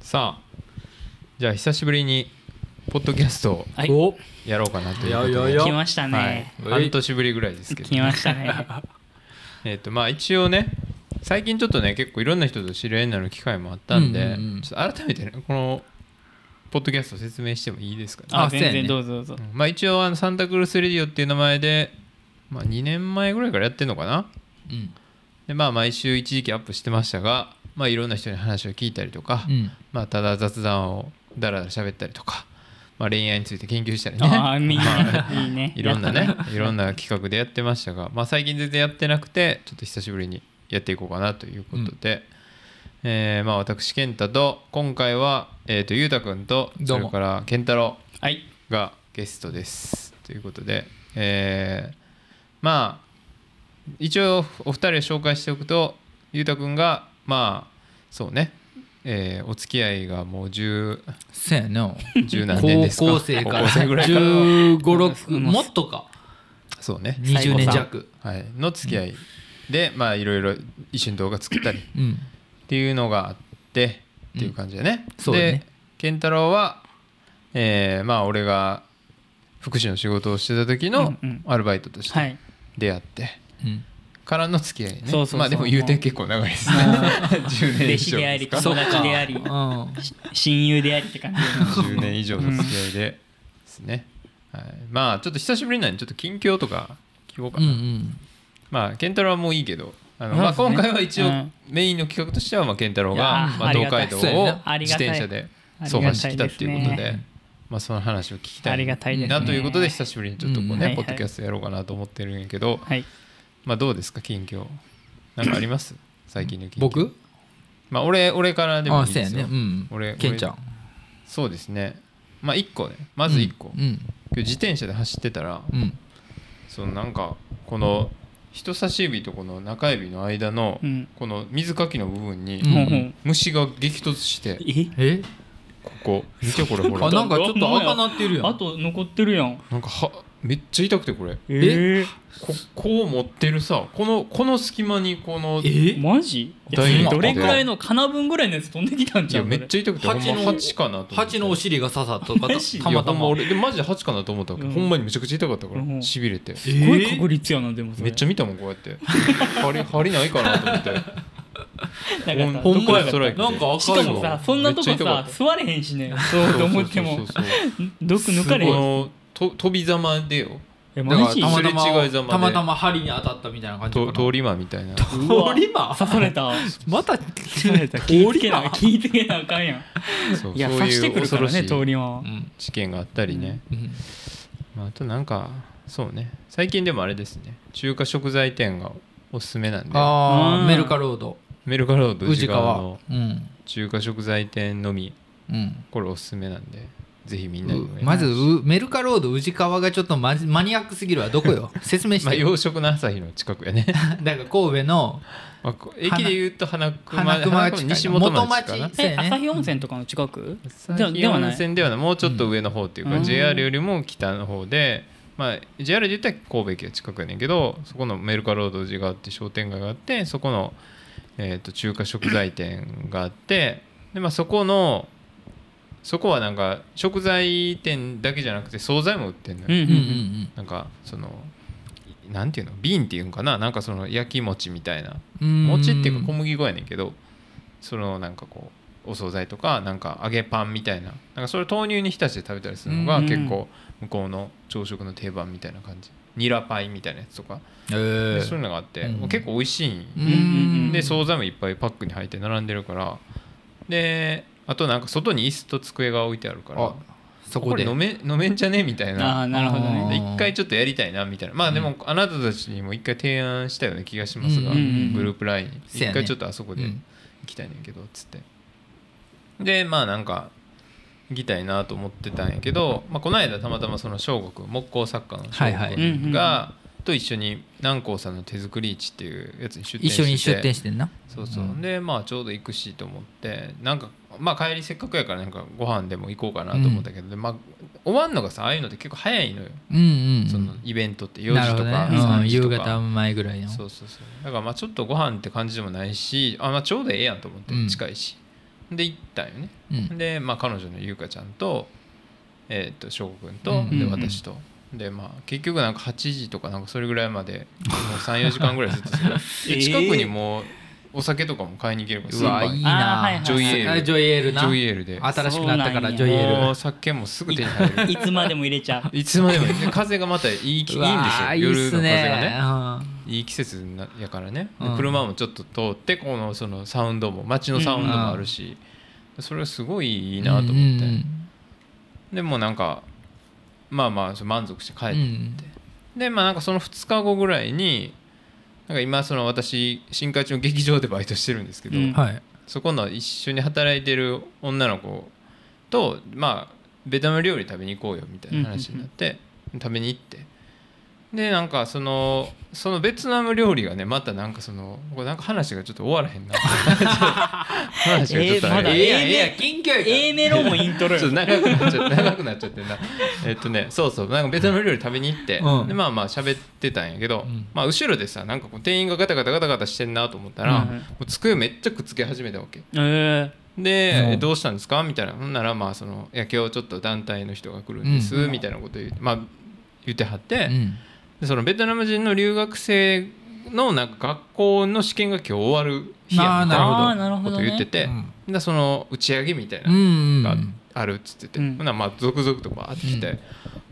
さあじゃあ久しぶりにポッドキャストをはいおやろうかなというやことでやや来ましたね、はい、半年ぶりぐらいですけど 来ましたねえっとまあ一応ね最近ちょっとね結構いろんな人と知り合いになる機会もあったんで、うんうんうんちょっと改めてねこのポッドキャスト説明してもいいですかねああそうやね全然どうぞどうぞうんまあ一応あのサンタクルースレディオっていう名前で、まあ、2年前ぐらいからやってるのかなうんでまあ毎週一時期アップしてましたがまあいろんな人に話を聞いたりとか、うんまあただ雑談をだらだら喋ったりとか、まあ、恋愛について研究したりねああいいねいいね いろんなねいろんな企画でやってましたが、まあ、最近全然やってなくてちょっと久しぶりにやっていこうかなということで、えーまあ、私健太と今回は、えー、とゆうたくんとどそうもれから健太郎はいがゲストですということで、えーまあ一応お二人を紹介しておくとゆうたくんがまあそうね、えーお付き合いがもう十せやな十何年ですか高校生から高校生ぐらいから1 5 6もっとかそうね20年弱はい、の付き合いで、まあいろいろ一緒に動画作ったりっうんていうのがあってっていう感じだね。うんそうだねで健太郎は、えーまあ俺が福祉の仕事をしてた時のうんうんアルバイトとしはてい出会ってうんからの付き合いね。そうそうそうまあでも言うて結構長いですね。10年以 弟子上であですりか。友達でありうんし親友でありって感じ10年以上の付き合いでですね。はい、まあちょっと久しぶりなんでちょっと近況とか聞こうかうんうな。んまあ健太郎はもういいけどあの、ままああ、そうね今回は一応うんメインの企画としてはまあ健太郎いやがーまああり東がたい海道そうやをなあり自がたい転車でありがたいです走ね破してきたっていうことでうんまあ、その話を聞きたありがたいでいすねなということで久しぶりにちょっとこううんね、はいポッドキャストやろうかなと思ってるんやけど、はいまあどうですか近況なんかあります最近の近況僕まあ俺俺からでもいあいですせよやねうん俺ケンちゃんそうですねまあ1個ねまず1個、うん今日自転車で走ってたら、うんうんそのなんかこの人差し指とこの中指の間のうんこの水かきの部分にうんほうほう虫が激突してええここ見てこれほらあなんかちょっと赤なってるやあんと残ってるやんなんかはめっちゃ痛くてこれええここう持ってるさこのこの隙間にこのいえマジいや大変どれくらいの金分ぐらいのやつ飛んできたんじゃやんめっちゃ痛くてほんま蜂の蜂かなと思って蜂のお尻が刺 さったかマジたたまたいやほんま俺でマジで蜂かなと思ったわけうんほんまにめちゃくちゃ痛かったからうんしびれてすごい確率やなでもそれめっちゃ見たもんこうやって針針ないかなと思ってなんかほほんんまやどこがストライクでなんかし赤かいもさわそんなとこめっちゃ痛かさった座れへんしねそうと思ってもそうそうそうそう毒抜かれへこんのと飛びざまでよえだマかジらたまたすれ違いざままでたまたま針に当たったみたいな感じとか通なり魔みたいなうわ通り魔刺された また刺された気ぃつけな気ぃつけなあかんやんそういやそう刺していくうる恐かろらしね通いり魔はうん事件があったりね、うんまあ、あとなんかそうね最近でもあれですね中華食材店がおすすめなんであうんあメルカロードメルカロード宇内治側の川うん中華食材店のみうんこれおすすめなんでぜひみんなにもねうまずうメルカロード宇治川がちょっとマジマニアックすぎるわどこ よ説明しまあ、てよ洋食の朝日の近くやね、だから神戸のまあ、こう駅で言うと花熊花熊花が熊近い西本町か元な町そうえやね朝日温泉とかの近くではでではな温い泉ではないもうちょっと上の方っていうか、うん JR よりも北の方で、まあ、JR で言ったら神戸駅が近くやねんけどそこのメルカロード宇治川って商店街があってそこの、えー、と中華食材店があってで、まあ、そこのそこはなんか食材店だけじゃなくて惣菜も売ってんのよ、うんううんんううんんなんかそのなんていうの瓶っていうんかななんかその焼き餅みたいなうん餅っていうか小麦粉やねんけどそのなんかこうお惣菜とかなんか揚げパンみたいななんかそれを豆乳に浸して食べたりするのがうんうん結構向こうの朝食の定番みたいな感じニラパイみたいなやつとかえでーそういうのがあってうん結構美味しいんようんうんで惣菜もいっぱいパックに入って並んでるからであとなんか外に椅子と机が置いてあるからあそこでれ飲め飲めんじゃねみたいなああなるほどあねでー一回ちょっとやりたいなみたいなまあでもあなたたちにも一回提案したような気がしますが、うんうんうんグループ LINE にせや一ね回ちょっとあそこで行きたいねんけどっつってでまあなんか行きたいなと思ってたんやけど、まあ、この間たまたまその翔吾君木工作家のはいはい翔吾君がと一緒に南光さんの手作り市っていうやつに出店一して緒てに出店してんなそうそう、うんでまあちょうど行くしと思ってなんかまあ帰りせっかくやからなんかご飯でも行こうかなと思ったけど、でまあ終わんのがさああいうのって結構早いのようんうんうんそのイベントって4なる時ほとどねかう3ん時と夕か、方前ぐらいのそうそうそうだからまあちょっとご飯って感じでもないしあ、まあ、ちょうどええやんと思ってうん近いし、で行ったんよね、うんで、まあ、彼女の優香ちゃんと,、えー、と翔くんと、うんうんでうん私とでまあ結局なんか8時とかなんかそれぐらいまで34時間ぐらいずっとそれで近くにもうお酒とかも買いに行けるからうわいいあーはいはないジョイエールジョイエールジなョイエールで新しくなったからジそョうイなんエやーもうル酒もすぐ手に入るいつまでも入れちゃういつまでもいいで風がまたいいいいんです うよわーいいっ夜のす風がねねうんいい季節なやからね、でうん車もちょっと通ってこのそのサウンドも街のサウンドもあるし、それがすごいいいなと思って、うんでもうなんかまあまあそう満足して帰っうて、んでまあなんかその2日後ぐらいになんか今その私新海中の劇場でバイトしてるんですけど、うんはいそこの一緒に働いてる女の子とまあベトナム料理食べに行こうよみたいな話になって、食べに行ってでなんかそのそのベトナム料理がねまたなんかそのこれなんか話がちょっと終わら へんなちょっと話がちょっとあまだれ、ええやん A ええやん近距離 A メロもイントロちょっとよ長くなっちゃって長くなっちゃってんなえっとねそうそうなんかベトナム料理食べに行って、うんでまあまあ喋ってたんやけど、うんまあ後ろでさなんかこう店員がガタガタガタガタしてんなと思ったら、うんもう机めっちゃくっつけ始めたわけえで、うんえどうしたんですかみたいなほんならまあその「いや今日ちょっと団体の人が来るんです」うんみたいなこと言って,、まあ、言ってはって、うんでそのベトナム人の留学生のなんか学校の試験が今日終わる日やあーみたいあーななるほことどをね言ってて、でその打ち上げみたいなうのんがあるっつってて、うんほんならまあ続々とバーってきうてん、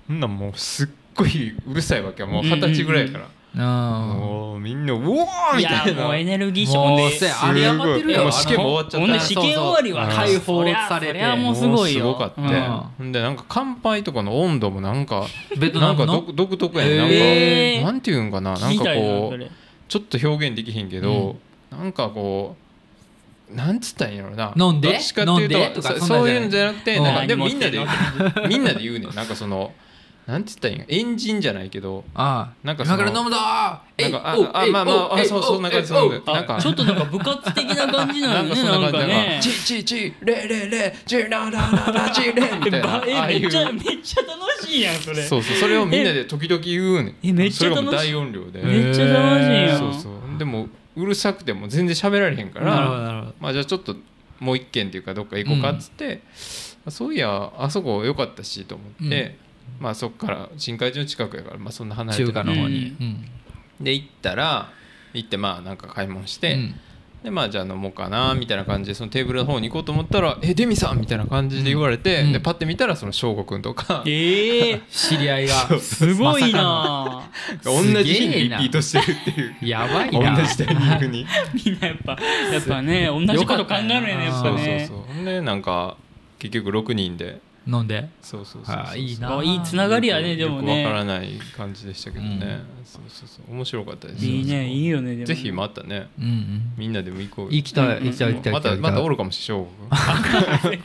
ほんならもうすっごいうるさいわけよもう二十歳ぐらいから、あもうみんな「うおー!」いみたやいな。もうエネルギッシュもんもうでせやあれ余ってるよすごいもう試験も終わっちゃほっんたで試験終わりはうん解放されそてりゃもうすごいよもうすごかった、うんほんでなんか乾杯とかの温度もなんかあベトなナんかムの独独特やねなんか、えーなんていうんかなな聞んきかたいこそうれちょっと表現できひんけど、なんかこうなんつったんやろな飲んでどっちかっていうと飲んでとかそそんなそうんじゃないいうのじゃなくてうんなんかでもみんなで何みんなで言うねんなんかそのなんつったんやエンジンじゃないけどああなんかそ今のから飲むぞーなえんいかあおうあえいまあまあおうあえいそうそんな感じおうそんな感じおうなんかあちょっとなんか部活的な感じななんのかねそんなな感んじだかから「ねチチチレレレチララララチレ」みたいなばああえいめっうちゃめっちゃ楽しいやんそれそうそうそれをみんなで時々言うねんえめっちゃそれがもう楽しい大音量で、めっちゃ楽しいやんそうそうでもうるさくても全然喋られへんかなるほどらなるほどまあじゃあちょっともう一軒っていうかどっか行こうかっつって、そういやあそこ良かったしと思って、まあそっから新海地の近くやからまあそんな離れて中華の方うにんうんで行ったら行ってまあなんか買い物して、うんでまあじゃあ飲もうかなみたいな感じでそのテーブルの方に行こうと思ったら「えデミさん!」みたいな感じで言われて、うんでパッて見たらその翔吾くんとかええ知り合いがすごいな同じ日にリピートしてるっていうやばい同なじタイミングに。みんなやっぱやっぱね同じこと考えるよねやっぱねそうそうそうほんでなんか結局6人で飲んでそうそうそうあそあういいあないいつながりやねでよもくわからねない感じでしたけどね、そうそうそう面白かったですよいいねいいよねでもぜひまたねうんうんみんなでも行こうよ行きたい行きたい行きたいま行きたたいまたおるかもしれんあれ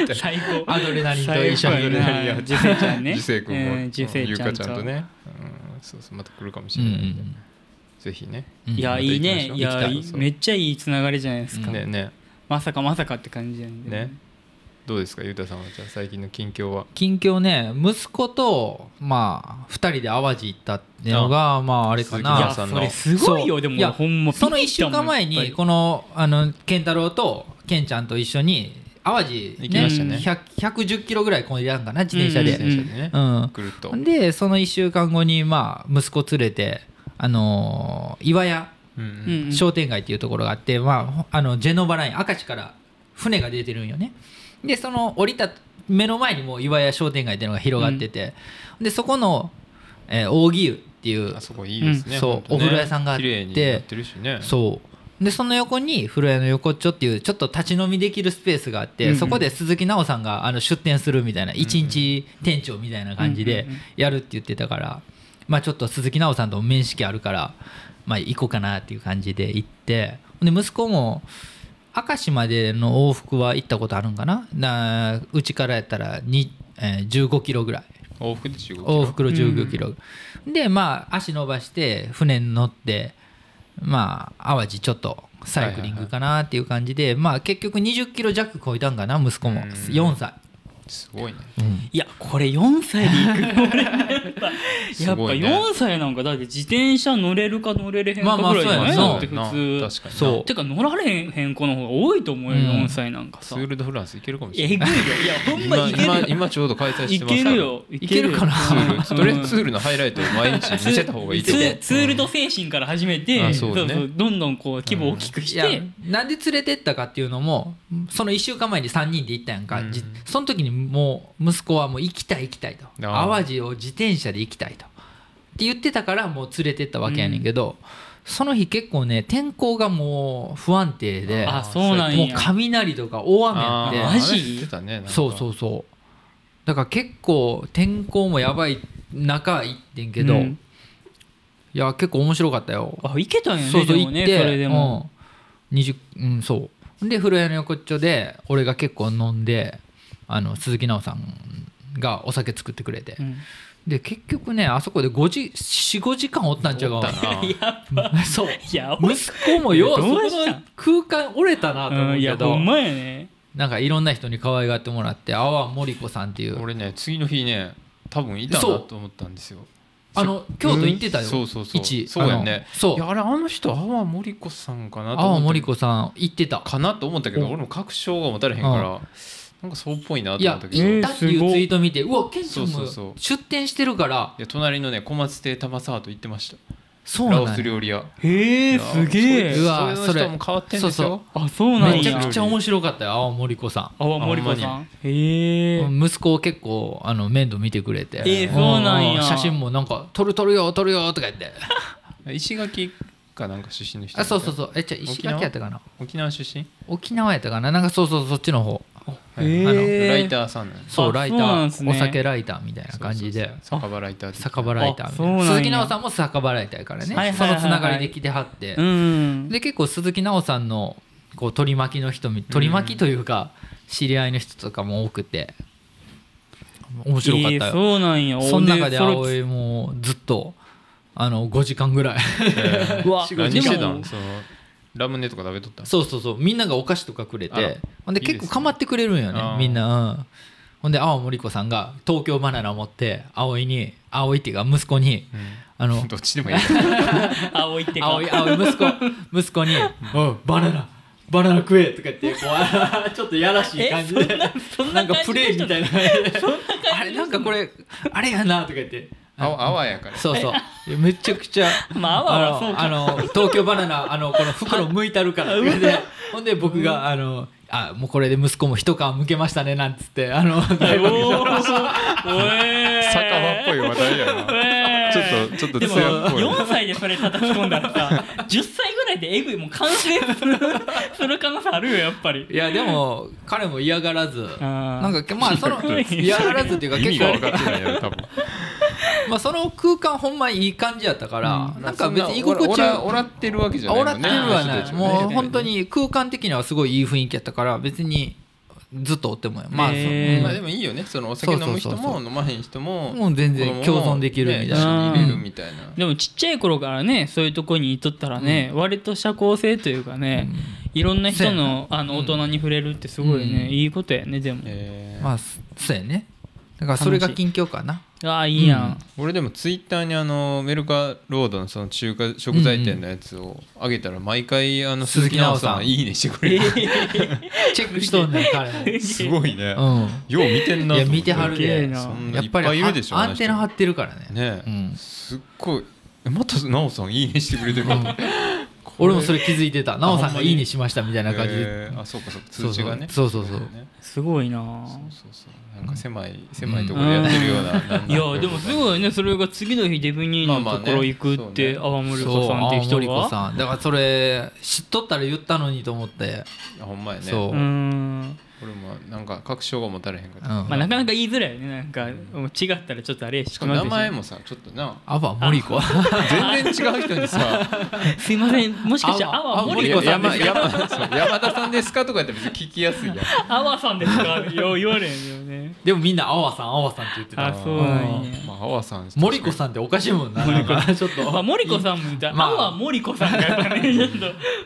みたい最高アドレナリンと一緒最に高やなジュセイちゃんなね受精君も、うんジュセイゆうちゃかんちゃんととね、うん、そうそうまた来るかもしうんれうないんで、んぜひねうんいやまたいい行きましょうねいや行きたいめっちゃいいつながりじゃないですかねねまさかまさかって感じなんでねどうですかゆうたさんはじゃあ最近の近況は近況ね息子とまあ2人で淡路行ったっていうのがまああれかあい鈴木やさなんそのれすごいそようでもいやほんまそのピリ1ッと週やも間ん前やっぱにりこのあの健太郎と健ちゃんと一緒に淡路行きましたね100 110キロぐらいこのやんかな自転車うんで電車でね、うんくるっとでその1週間後にまあ息子連れてあのー岩屋うんううんんうん商店街っていうところがあって、まあほ、あのジェノバライン明石から船が出てるんよねでその降りた目の前にもう岩屋商店街っていうのが広がってて、でそこの、えー、扇湯っていうあそこいいですね。うんそう本当ねお風呂屋さんがあって綺麗になってるしね。そうでその横に古屋の横っちょっていうちょっと立ち飲みできるスペースがあって、うんうんそこで鈴木奈緒さんがあの出店するみたいな一日店長みたいな感じでうんうんうんやるって言ってたから、まあ、ちょっと鈴木奈緒さんとも面識あるから、まあ、行こうかなっていう感じで行ってで息子も明石までの往復は行ったことあるんかななうちからやったらに、えー15キロぐらい往復で15キロ。往復の15キロ、でまあ足伸ばして船に乗ってまあ淡路ちょっとサイクリングかなっていう感じで、まあ結局20キロ弱超えたんかな息子もうん4歳すごいねうんいやこれ4歳で行くの俺 すやっぱごいね4歳なんかだって自転車乗れるか乗れれへんかぐらいじゃまなあいまだあってそうやな普確通かになそうてか乗られへんへん子の方が多いと思うようん4歳なんかツさール・ド・フランス行けるかもしえれぐないよいいやほんま今いける今よ今ちょうど開催しいてますけるよいけるかなツールうんとりあえずツールのハイライトを毎日見せた方がいいとツ思うーツールド精神から始めて、あそそううそねうどんどんこう規模を大きくいして、やなんで連れてったかっていうのもその1週間前に3人で行ったやんか、うんじその時にもう息子はもう行きたい行きたいとあー淡路を自転車で行きたいとって言ってたからもう連れてったわけやねんけど、その日結構ね天候がもう不安定であそうなんもうや雷とか大雨あやーっマジあれ言ってたねなんてかそうそうそうだから結構天候もやばい中行ってんけど、うんいや結構面白かったよあいけたんやねそうそうで行もっねてそれでも、うん20うんそうで風呂屋の横っちょで俺が結構飲んであの鈴木奈緒さんがお酒作ってくれて、うんで結局ねあそこで5時45時間おったんちゃうおっかたなそういやお息子もよう そどこうのしたん空間折れたなと思ううんいけやど、ほんまやねなんかいろんな人に可愛がってもらって阿波森子さんっていう俺ね次の日ね多分いたなそうと思ったんですよあの京都行ってたよ、うんそうそうそう一そうやんねあのそいうやあれあの人阿波森子さんかな阿と思波った森子さん行ってたかなと思ったけど俺も確証が持たれへんからなんかそうっぽいなとい思っやたけど行ったっていうツイート見てうわケンちゃんそもうそうそう出店してるからいや隣のね小松亭玉沢と行ってましたそうラなんオやス料理屋へいえやすげえそううわそういうそれ人も変わってんですそうそうよあそうなんめちやゃくちゃ面白かったよ青森子さ青森子あさほんへえん息子を結構あの面倒見てくれてえーそうなんやう写真もなんか「撮る撮るよ撮るよ」とか言って石垣かなんか出身の人あそうそううそうえじゃあ石垣やったかな沖縄出身沖縄やったかななんかそうそうそっちの方はいへーあのライターさんなんですそうあライタそうなんー、すねお酒ライターみたいな感じでそうそうそう酒場ライター的な酒場ライターみたいあそうなんなや鈴木奈緒さんも酒場ライターやからね、はいはいはいはいそのつながりで来てはって、うんで結構鈴木奈緒さんのこう取り巻きの人み取り巻きというか知り合いの人とかも多くて面白かったよ、えーそうなんやその中でほんそれ葵もずっとあの5時間ぐ らいえうわー何してたでもんそのラムネとか食べとったんそうそうそうみんながお菓子とかくれあらてほんでいいです結ね構構ってくれるんよねあーみんな、うんほんで青森子さんが東京バナナ持って葵に葵っていうか息子に あのどっちで もいい青いってか葵葵息子 息子に「おいバナナバナナ食え」とか言ってこう ちょっとやらしい感じでそんななんか感じのプレイ人みたいなあれなんかこれあれやなとか言ってあわやからそうそういやめちゃくちゃまあ泡はそうかあのあの東京バナナあのこの袋剥いたる からってでほんで僕があのあもうこれで息子も一皮むけましたねなんつってあの大爆笑おー酒場っぽい話題やな ちょっとちょっとでも艶っぽい4歳でそれ叩き込んだらさ10歳ぐらいでエグいもう完成するする可能性あるよやっぱりいやでも彼も嫌がらずあーなんかま あその嫌がらずっていうか意結味が分構かってないやろ多分まあその空間ほんまいい感じやったから、なんか別に居心地おらはおらってるわけじゃあないもおらってんるねはあの人なたいちもうね本当に空間的にはすごいいい雰囲気やったから別にずっとおってもよまあ、そうへーまあでもいいよねそのお酒飲む人そうそうも飲まへん人ももう全然子供も共存できるみたいなね一緒に入れるみたいなでもちっちゃい頃からねそういうとこにいとったらね、割と社交性というかね、いろんな人のあの大人に触れるってすごいね、うんいいことやねでも、えーまあそそうやねだからそれが近況かなああいいやん、俺でもツイッターにあのメルカロードのその中華食材店のやつをあげたら毎回あの鈴木奈緒さんが鈴木奈緒さんいいねしてくれるチェックしとんねん彼もすごいねうよう見てんんないとや思って見てはるすげえでなそんやなっいぱぱりいいるでしょはあアのン人テナ張ってるからねねうえん、すっごいえまた奈緒さんいいねしてく れてる俺もそれ気づいてた奈緒さんが「いいね」しましたみたいな感じで、えーあそうかそうか通知がねそうそうそうそうねすごいなそうそうそうなんか狭い狭いところでやってるようななんいだろうやでもすごいねそれが次の日デブニーのところ行くってま泡森そ子うさんっていう人青森子がさんだからそれ知っとったら言ったのにと思ってあほんまやねそううーん俺もなんか確証が持たれへんかった、うんまあなかなか言いづらいよねなんかもう違ったらちょっとあれやししかも名前もさちょっとなアバモリコ 全然違う人にさすいませんもしかして泡泡森森子子ささんんで山す山そう山田さんですかとかやって別に聞きやすいやん泡さんですかよう言われんよね でもみんな「アワさんアワさん」って言ってあたそうなんやまあ阿波さんモリコさんっておかしいもんななんか ちょっとまあ、森子さんもだ、ままああ、森子さんがやっぱね、ちょっと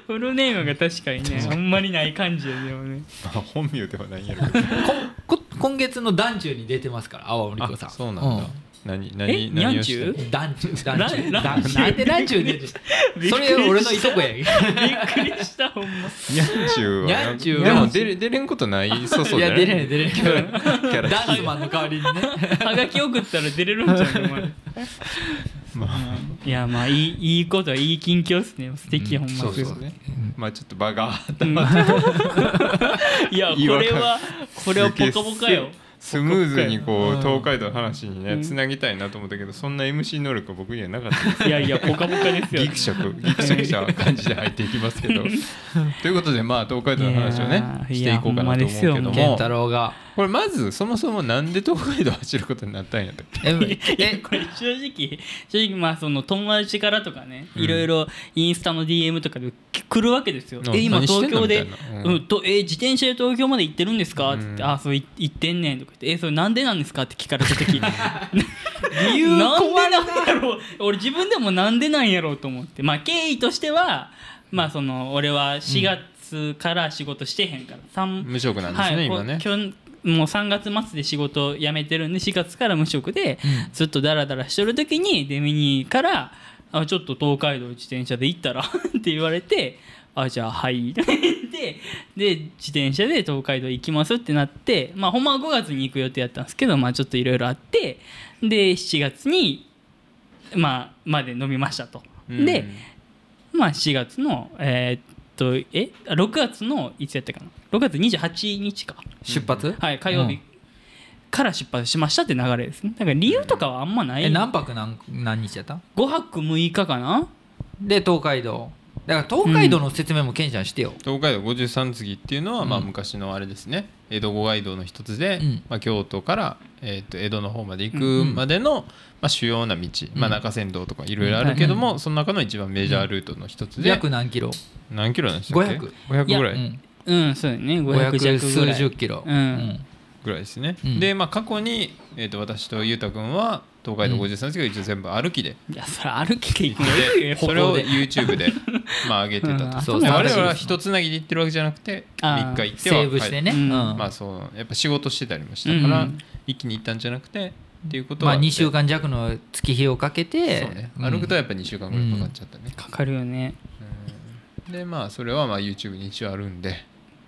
フル ネームが確かにね、あんまりない感じやでもね。まあ本名ではないんやろうけどここ今月の団中に出てますから青森子さんあそうなんだ、何何え何をしてニャンるチうん団中団団中団団中なんで団中に出てびっくりしたそれ俺のいとこやんびっくりしたほんまニャンチューはニャンチューはでも出れ出れんことないそうそういじゃやない出れない出れ ないキャラダンスマンの代わりにねはがき送ったら出れるんじゃんお 前いやまあいいいいこといい近況っすね素敵ほんまそうですねまあちょっと場がいやこいいわれはこれはポカポカよスムーズにこうんう東海道の話にうねんつなぎたいなと思ったけどそんな MC 能力は僕にはなかったですいや いやポカポカです よギクシャクギクシャクした感じで入っていきますけ どということでまあ東海道の話をいねやーしていこうかなと思うけいやほんまどですよ健も太郎がこれまずそもそもなんで東海道を走ることになったんやとえいやこれ正直正直まあその友達からとかねいろいろインスタの DM とかで来るわけですよ。うんえ今何して東んの京でみたいな「ううんんとえ自転車で東京まで行ってるんですか?」って言って「うんあそうい行ってんねん」とか言って「えそれなんでなんですか?」って聞かれた時 理由なん困でるなんやろう俺自分でもなんでなんやろうと思ってまあ経緯としてはまあその俺は4月から仕事してへんから、三無職なんですね、はい、今ねこう今日もう3月末で仕事を辞めてるんで4月から無職でずっとダラダラしてる時にデミニーから「あちょっと東海道自転車で行ったら? 」 って言われて「あじゃあはい」って言ってで自転車で東海道行きますってなってまあほんまは5月に行く予定やったんですけどまあちょっといろいろあってで7月にまあまで飲みましたと。うんでまあ4月のえーっとえあ6月のいつやったかな6月28日か出発はい火曜う日んから出発しましたって流れですねだから理由とかはあんまないえ5何泊何何日やった泊6日かなで東海道だから東海道の説明もケンちゃんしてよ、東海道53次っていうのは、まあうん昔のあれですね江戸五街道の一つで、うんまあ、京都から、えー、と江戸の方まで行うくんうんまでの、まあ、主要な道、うんまあ、中山道とかいろいろあるけども、その中の一番メジャールートの一つで、約何キロ何キロなんでしたっけ500 500ぐらういんうんそうだね500 500弱ぐら数い十キロ、うんぐらいですね、うんで、まあ、過去に、えー、と私と裕太君は東海道53次が一応全部歩きで。いやそれ歩きで行くのでそれ歩行をで YouTube で、まあ、上げてたと、うんそうで素晴我らしいです々は一つなぎで行ってるわけじゃなくてあー3日行ってはセーブしてね、はいうんうんまあそうやっぱ仕事してたりもしたから、うん一気に行ったんじゃなくてっていうことまはあ、2週間間弱の月日をかけてそうね歩くとやっぱ2週間ぐらいかかっちゃったね、かかるよねうんでまあそれはまあ YouTube に一応あるんで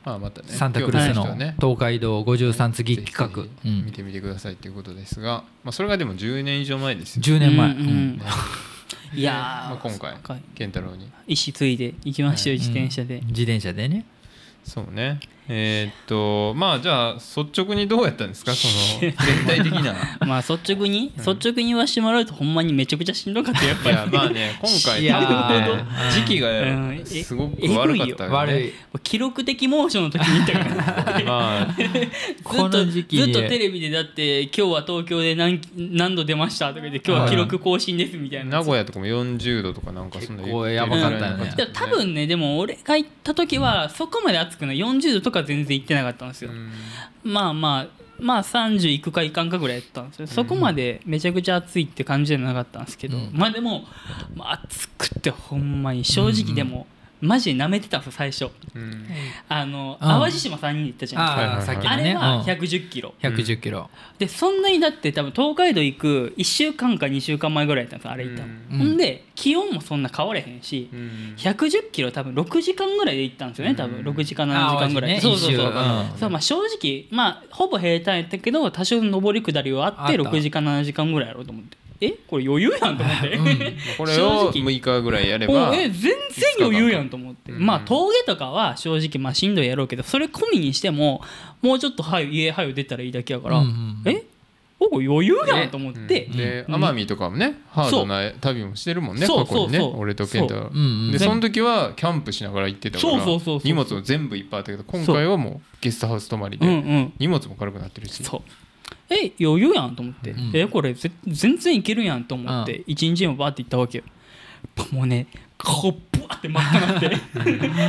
まあまたねサンタクルス興味ある人のはね東海道53次企画、ぜうひぜひん見てみてくださいっていうことですが、まあ、それがでも10年以上前ですよ、 10年前、うんううんんいやーまあ、今回そうか健太郎に石ついで行きましたようん自転車で自転車でねそうねえーっとまあじゃあ率直にどうやったんですかそ の全体的なまあ率直にうん率直に言わしてもらうとほんまにめちゃくちゃしんどか ったよやっいぱりやまあね今回いやー多分ね時期うんがえすごく悪かったよね悪い記録的猛暑の時に行ったから まあずこっとのずっ時と期でテレビでだって今日は東京で何何度出ましたとか言って今日は記録更新ですみたいな名古屋とかも40度とかなんかそんな結構やばかったよねでも多分ねでも俺が行った時はそこまで暑くない40度とか全然行ってなかったんですよ、まあまあまあ30行くか行かんかぐらいやったんですよそこまでめちゃくちゃ暑いって感じじゃなかったんですけど、うんまあでも、まあ、暑くてほんまに正直でも、マジで舐めてたんですよ最初うんあの、うん淡路島3人で行ったじゃないですかはいはいあはあいさっきあのれねはうん110キロ、 110キロ、でそんなにだって多分東海道行く1週間か2週間前ぐらいだったんですあれ行ったの、うんほんで気温もそんな変われへんし、うん110キロ多分6時間ぐらいで行ったんですよね多分うん6時間7時間ぐらい、あ淡路そねうそうそう、一周うんそうまあ正直まあほぼ平坦やったけど多少上り下りはあってあった6時間7時間ぐらいやろうと思ってえこれ余裕やんと思って、これを正直6日ぐらいやれおばうえ全然余裕やんと思って、うんまあ峠とかは正直まあしんどいやろうけどそれ込みにしてももうちょっとはよ家はよ出たらいいだけやから、うんうんうんえおこれ余裕やんと思って、うんでうん奄美とかもねハードな旅もしてるもんねそう過去にねそうそう俺と健太はうんうんでその時はキャンプしながら行ってたかそうそうそらうそう荷物も全部いっぱいあったけど今回はもうゲストハウス泊まりうんうでん荷物も軽くなってるしそうえ余裕やんと思って、うんえこれぜ全然いけるやんと思って、一日もバーって行ったわけよもうね顔ブブワーって真っ赤にな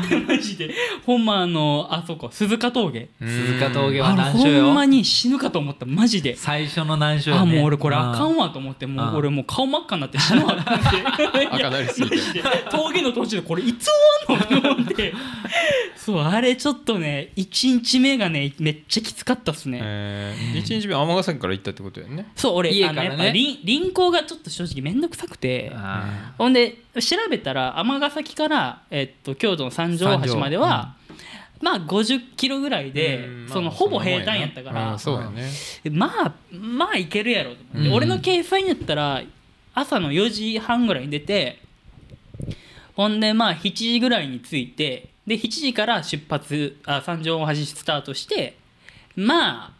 って マジでほんまあのあそこ鈴鹿峠鈴鹿 峠はあの難ほ所よんまに死ぬかと思ったマジで最初の難所よあねもう俺これんあかんわと思ってもう俺もう顔真っ赤になって死ぬわと思っ て赤なりすぎていやマジで峠の途中でこれいつ終わんのって思ってそうあれちょっとね1日目がねめっちゃきつかったっすね、えー、1日目尼崎から行ったってことやねそう俺家あのからやねっぱり臨行がちょっと正直面倒くさくてあほんで調べたら尼崎から、えっと、京都の三条大橋までは、まあ50キロぐらいで、うんそのほぼ平坦やったかまあらうんそうやねまあまあいけるやろと思って、うん俺の計算やったら朝の4時半ぐらいに出てほんでまあ7時ぐらいに着いてで7時から出発あ三条大橋スタートしてまあ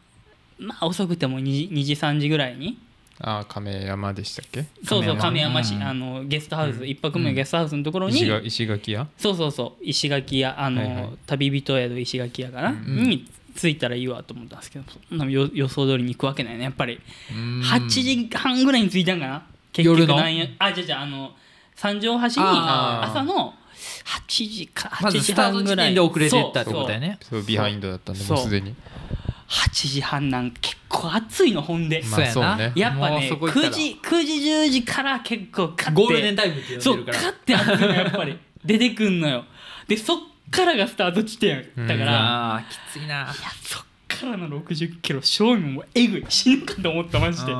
まあ遅くても2時 ,2 時3時ぐらいにあー亀山でしたっけそうそう亀山市、うんあのゲストハウス、うん一泊目のゲストハウスのところに、石が石垣屋そうそうそう石垣屋あの、はいはい旅人宿石垣屋かな、うんに着いたらいいわと思ったんですけどそんなよ予想通りに行くわけないねやっぱり8 8時半ぐらいに着いたんかな結夜局のなんやあじゃじゃあの三条大橋にあー朝の8時かま8ず時スタート半時ぐらい点で遅れてったってことだよねねそうビハインドだったんでもうすで に8時半なんか結構暑いのほんで、まあそうねやっぱもうねそこ行ったら9時9時10時から結構勝ってゴールデンタイムって呼んそでうるから勝ってあってやっぱ り出てくんのよでそっからがスタート地点だからいやああきついなそっからの60キロ正味もうえぐい死ぬかと思ったマジで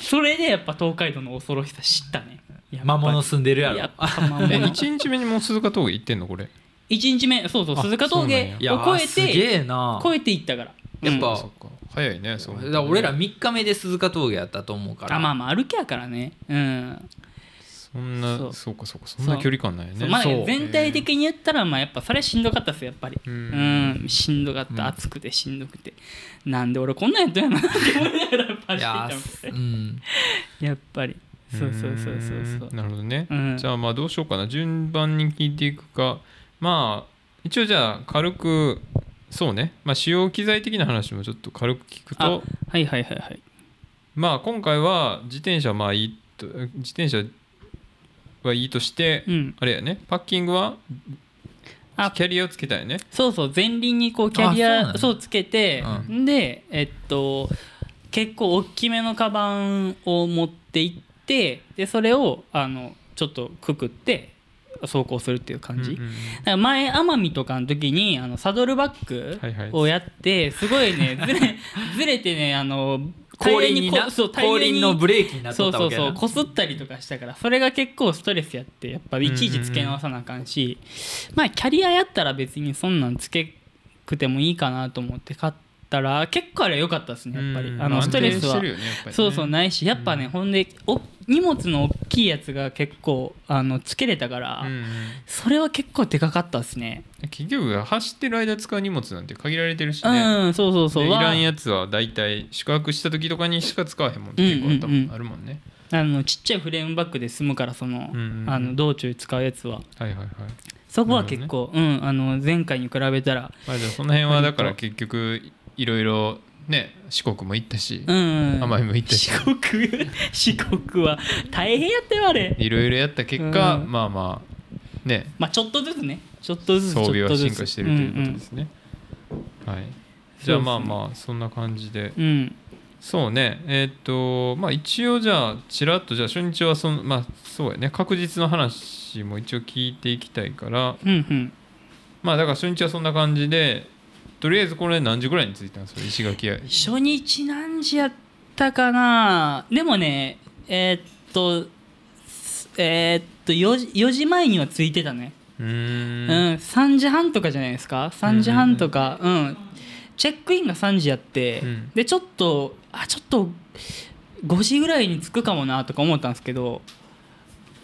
それでやっぱ東海道の恐ろしさ知ったねやっぱ魔物住んでるやろやっぱ魔え 物1日目にもう鈴鹿峠行ってんのこれ1日目そうそうあ鈴鹿そうなん峠やをいやー越すえげてえな越えていったからやっぱうんそっか早いねそう思だうかとら俺ら3日目で鈴鹿峠やったと思うからあまあまあ歩きやからねうんそんなそそううかそうかそんな距離感ないそねうまあそう全体的に言ったらまあやっぱそれしんどかったっすやっぱりううんん、しんどかっうんた暑くてしんどくてなんで俺こんなんやったんやなって思いながらやっぱいや走ってーうんたもんやっぱりそうそうそうそうーんそうなるほどね、うんじゃあまあどうしようかな順番に聞いていくかまあ一応じゃあ軽くそうね、まあ、使用機材的な話もちょっと軽く聞くあとはいはいはいはいまあ今回は自転車まあいいと自転車はいいとして、うんあれやねパッキングはあキャリアをつけたよねそうそう前輪にこうキャリあそうなアのそうつけて、うでえっと結構大きめのカバンを持って行ってでそれをあのちょっとくくって走行するっていう感じ、うんうんうんだから前奄美とかの時にあのサドルバはいッはいグをやってすごいねずれずれてねあの後輪にタイヤなこそうタイヤ後輪のブレーキになっそうとったそわうけやそうなこすったりとかしたからそれが結構ストレスやってやっぱいちいちつけ直さなあかんし、まあキャリアやったら別にそんなんつけくてもいいかなと思って買ったら結構あれは良かったですねやっぱり、うんあのストレス安定してはるよねやっぱりねそうそうないしやっぱね、ほんでお荷物の大きいやつが結構あのつけれたから、うんそれは結構でかかったですねうん結局走ってる間使う荷物なんて限られてるしね、うんそうそうそうでいわらんやつは大体宿泊した時とかにしか使わへんもんって結構あったもんうんうんうんあるもんねあのちっちゃいフレームバッグで済むからその,、うんうんうんあの道中使うやつははいはいはい、そこは結構、うんあの前回に比べたらまあ、じゃあその辺はだから結局いろいろね四国も行ったしうんうん奄美も行ったし四国 四国は大変やったよあれいろいろやった結果、うんまあまあねまあちょっとずつねちょっとずつ装備は進化してるということですすね、はいじゃあまあまあそんな感じでうん、うんそうねえっ、とまあ一応じゃあちらっとじゃあ初日はそのまあそうやね確実の話も一応聞いていきたいからうんうんまあだから初日はそんな感じでとりあえずこれ何時ぐらいに着いたんですか石垣屋初日何時やったかなでもねえーっとすえーっと 4, 時4時前には着いてたねううーん、ん3時半とかじゃないですか3時半とかうん、チェックインが3時やって、うんでちょっとあちょっと5時ぐらいに着くかもなとか思ったんですけど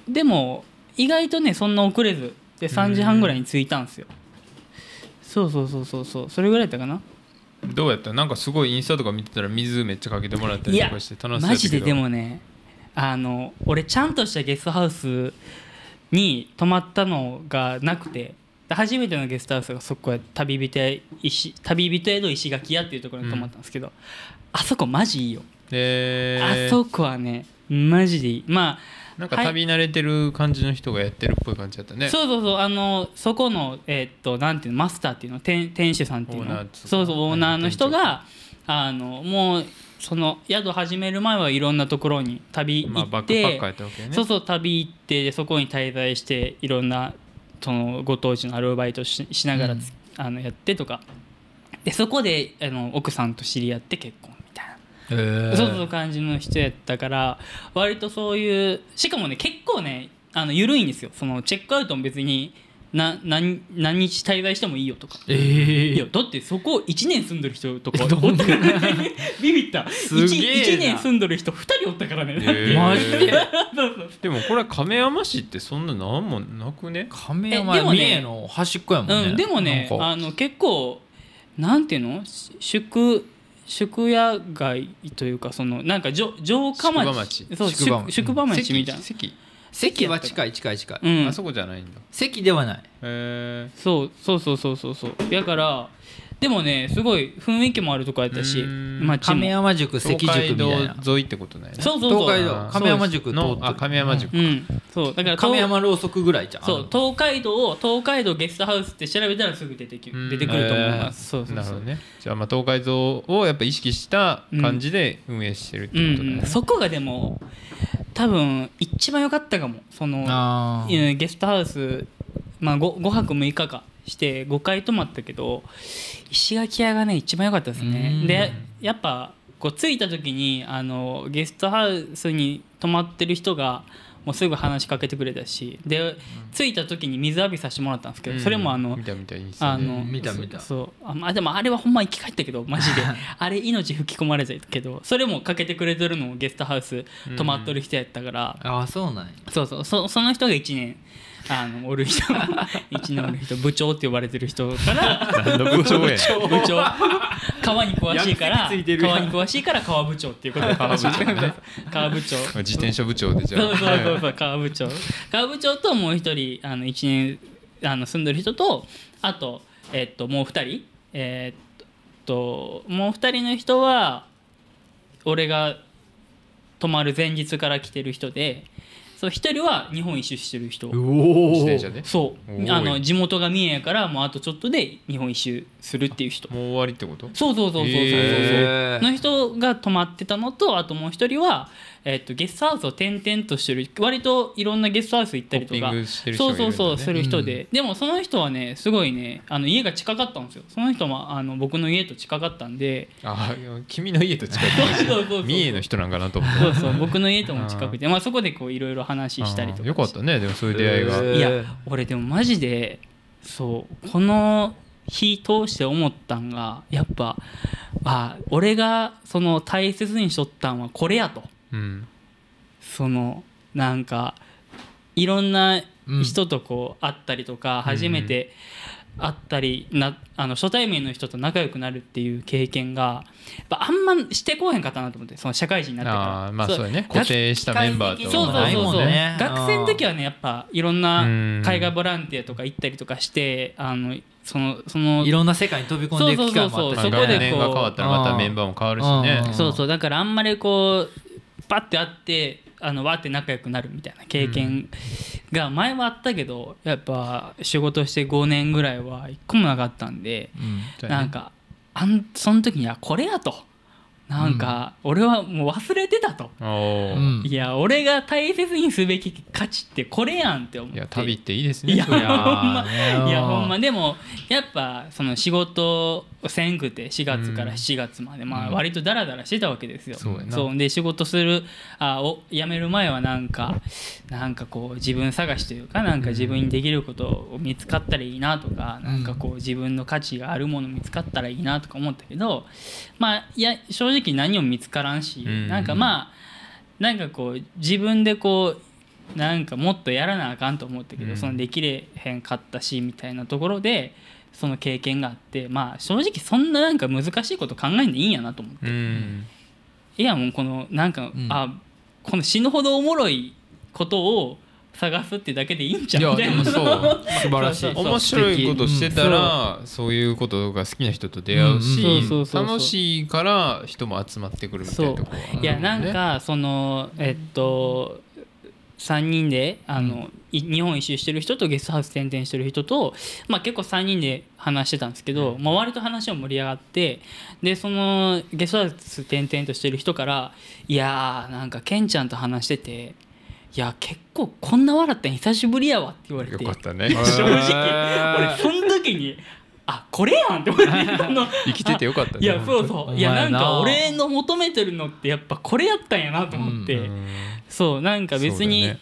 でも意外とねそんな遅れずで3時半ぐらいに着いたんですよ、そうそうそうそうそうそれぐらいだったかなどうやったなんかすごいインスタとか見てたら水めっちゃかけてもらったいりとやかして楽しそうマやったジけどででもねあの俺ちゃんとしたゲストハウスに泊まったのがなくてで初めてのゲストハウスがそこや旅人や石旅人江戸石垣屋っていうところに泊まったんですけど、あそこマジいいよ、えーあそこはねマジでいいまあなんかはい旅慣れてる感じの人がやってるっぽい感じだったね。そうそうそうあのそこのえーっとなんていうのマスターっていうの店店主さんっていうオーナーのっつうかそうそうオーナーの人はがあのもうその宿始める前はいろんなところに旅まあ行バッっクパッて、カーやったわけよね。そうそう旅行ってそこに滞在していろんなそのご当地のアルバイトししながらつ、あのやってとかでそこであの奥さんと知り合って結婚みたいなえーそうそう感じの人やったから割とそういうしかもね結構ねあの緩いんですよそのチェックアウトも別にな何何日滞在してもいいよとか。えいやーだってそこ1年住んでる人とかどんな ビビったすげえな 1, 年住んでる人2人おったからね、だってへーマジで そうそうでもこれ亀山市ってそんななんもなくね。亀えで山も三ね重の端っこやもんね、うん、でもねなんかあの結構なんていうのし宿宿屋街というかそのなんかじょ城下町宿場町そう宿場宿宿場町みたいな関席は近い近い近い、うんあそこじゃないんだ。席ではないへそうそうそうそうそうそうだからでもねすごい雰囲気もあるとこやったしうーん町亀も山塾え。関塾みたいな東海道沿いってことないね。そうそう東そ海う道亀山塾通のってあ亀山塾。うんそうだから亀東山ろうそくぐらいじゃんそう東海道を東海道ゲストハウスって調べたらすぐ出てきうん出てくると思いますそうそうなるそほどうね。じゃあまあ東海道をやっぱ意識した感じで運営してるってうことだんねうん。そこがでも多分一番良かったかもそのあーうんゲストハウス、まあ、5, 泊6日かして5回泊まったけど石垣屋がね一番良かったですうねんでやっぱこう着いた時にあのゲストハウスに泊まってる人がもうすぐ話しかけてくれたしで着いた時に水浴びさせてもらったんですけど、それもあの見た見たいいですよあね。の見た見たそうそうあまあでもあれはほんま生き返ったけどマジであれ命吹き込まれたけどそれもかけてくれてるのもゲストハウス泊まっとる人やったから、あーそうなんやそうそうそその人が1年あのおる 人一年おる人部長って呼ばれてる人から何の部長やねん部長川に詳しいから やる気ついてるやん川に詳しいから川部長っていうことで川部長川部長自転車部長でじゃあ。そうそうそうそう川部長川部長ともう一人あの一年あの住んでる人とあと,、えっともう二人えっともう二人の人は俺が泊まる前日から来てる人でそう一人は日本一周してる人お自転車で。そおうーあの地元が三重やからもうあとちょっとで日本一周するっていう人もう終わりってことそうそうそうそうそうそうそう、へーの人が泊まってたのとあともう一人は、えっとゲストハウスを転々としてる割といろんなゲストハウス行ったりとホッかピングしてる人そがういるんだそねうそうする人で、でもその人はねすごいねあの家が近かったんですよその人もあの僕の家と近かったん であ君の家と近いそうそうそうそう三重の人なんかなと思ってそうそう僕の家とも近くて、まあ、そこでこういろいろ話したりとかあーよかったねでもそういう出会いが、へーいや俺でもマジでそうこの日通して思ったんがやっぱあ俺がその大切にしとったんはこれやとうん、そのなんかいろんなうん人とこう会ったりとか、うん初めて会ったりなあの初対面の人と仲良くなるっていう経験がやっぱあんましてこうへんかったなと思ってその社会人になってからあーまあそうやねそう固定したメンバーとだそうそうないそうもんそう、ね学生の時はねやっぱいろんなうん海外ボランティアとか行ったりとかしてあのそのそのいろんな世界に飛び込んでいく機会もあまったしあそこでこう学年が変わったらまたメンバーも変わるしうねんそうそうだからあんまりこうパッて会ってあのわーって仲良くなるみたいな経験が前はあったけど、やっぱ仕事して5年ぐらいは一個もなかったんで、うんそうやねなんかあんその時にはこれやとなんか俺はもう忘れてたと、おーうんいや俺が大切にすべき価値ってこれやんって思っていや旅っていいですねいやそほりんゃまいねやほんまでもやっぱその仕事せんくて4月から7月まで、まあ割とダラダラしてたわけですよ。そうやなで仕事するあお辞める前はなんかなんかこう自分探しというかなんか自分にできることを見つかったらいいなとか、んなんかこう自分の価値があるもの見つかったらいいなとか思ったけどまあいや正直何も見つからんし、うんなんかまあなんかこう自分でこうなんかもっとやらなあかんと思ったけど、うんそのできれへんかったしみたいなところでその経験があってまあ正直そんななんか難しいこと考えんでいいんやなと思って、うんいやもうこのなんか、うんあこの死ぬほどおもろいことを探すってだけでいいんじゃいんやみたでいもなそう素晴らしいそうそう面白いことしてたらそういうことが好きな人と出会うし、うんそうそうそうそう楽しいから人も集まってくるみたいなところはあるもんねいやなんかそのえっと3人であの、い日本一周してる人とゲストハウス転々してる人と、まあ、結構3人で話してたんですけど、まあ、割と話も盛り上がってでそのゲストハウス転々としてる人から「いやーなんかケンちゃんと話してていや結構こんな笑ったん久しぶりやわ」って言われよてかったね 正直へ俺その時に「あこれやん」って思 ってあの生きててよかったねいやそうそういやなお前んなか俺の求めてるのってやっぱこれやったんやなと思って、うんそうなんか別にそうだね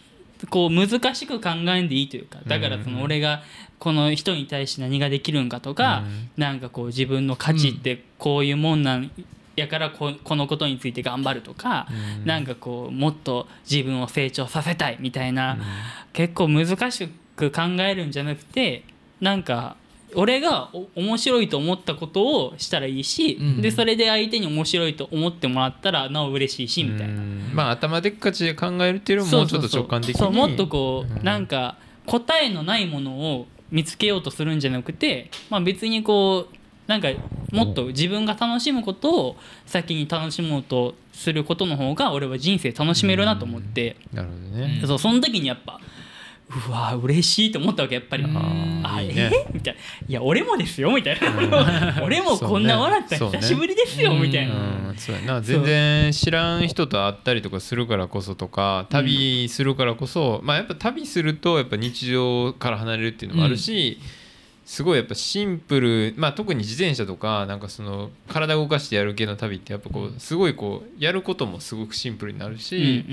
こう難しく考えんでいいというかだからうそんうのん俺がこの人に対して何ができるんかとか、なんかこう自分の価値ってこういうもんなんやからここのことについて頑張るとか、うんなんかこうもっと自分を成長させたいみたいな、うん結構難しく考えるんじゃなくてなんか俺がお面白いと思ったことをしたらいいし、うんでそれで相手に面白いと思ってもらったらなお嬉しいしみたいな。うんまあ頭でっかちで考えるっていうよりももうちょっと直感的にそうそうそうもっとこう、うんなんか答えのないものを見つけようとするんじゃなくて、まあ、別にこうなんかもっと自分が楽しむことを先に楽しもうとすることの方が俺は人生楽しめるなと思って、なるほどねうんそうその時にやっぱうわ嬉しいと思ったわけやっぱり。うんあああいいえねみたいな「いや俺もですよ」みたいな「 俺もこんな笑ったそうのね久しぶりですよ」そうねみたいな、うん、そうやな全然知らん人と会ったりとかするからこそとか旅するからこそ、まあやっぱ旅するとやっぱ日常から離れるっていうのもあるし、すごいやっぱシンプル、まあ、特に自転車とかなんかその体動かしてやる系の旅ってやっぱこうすごいこうやることもすごくシンプルになるうんし、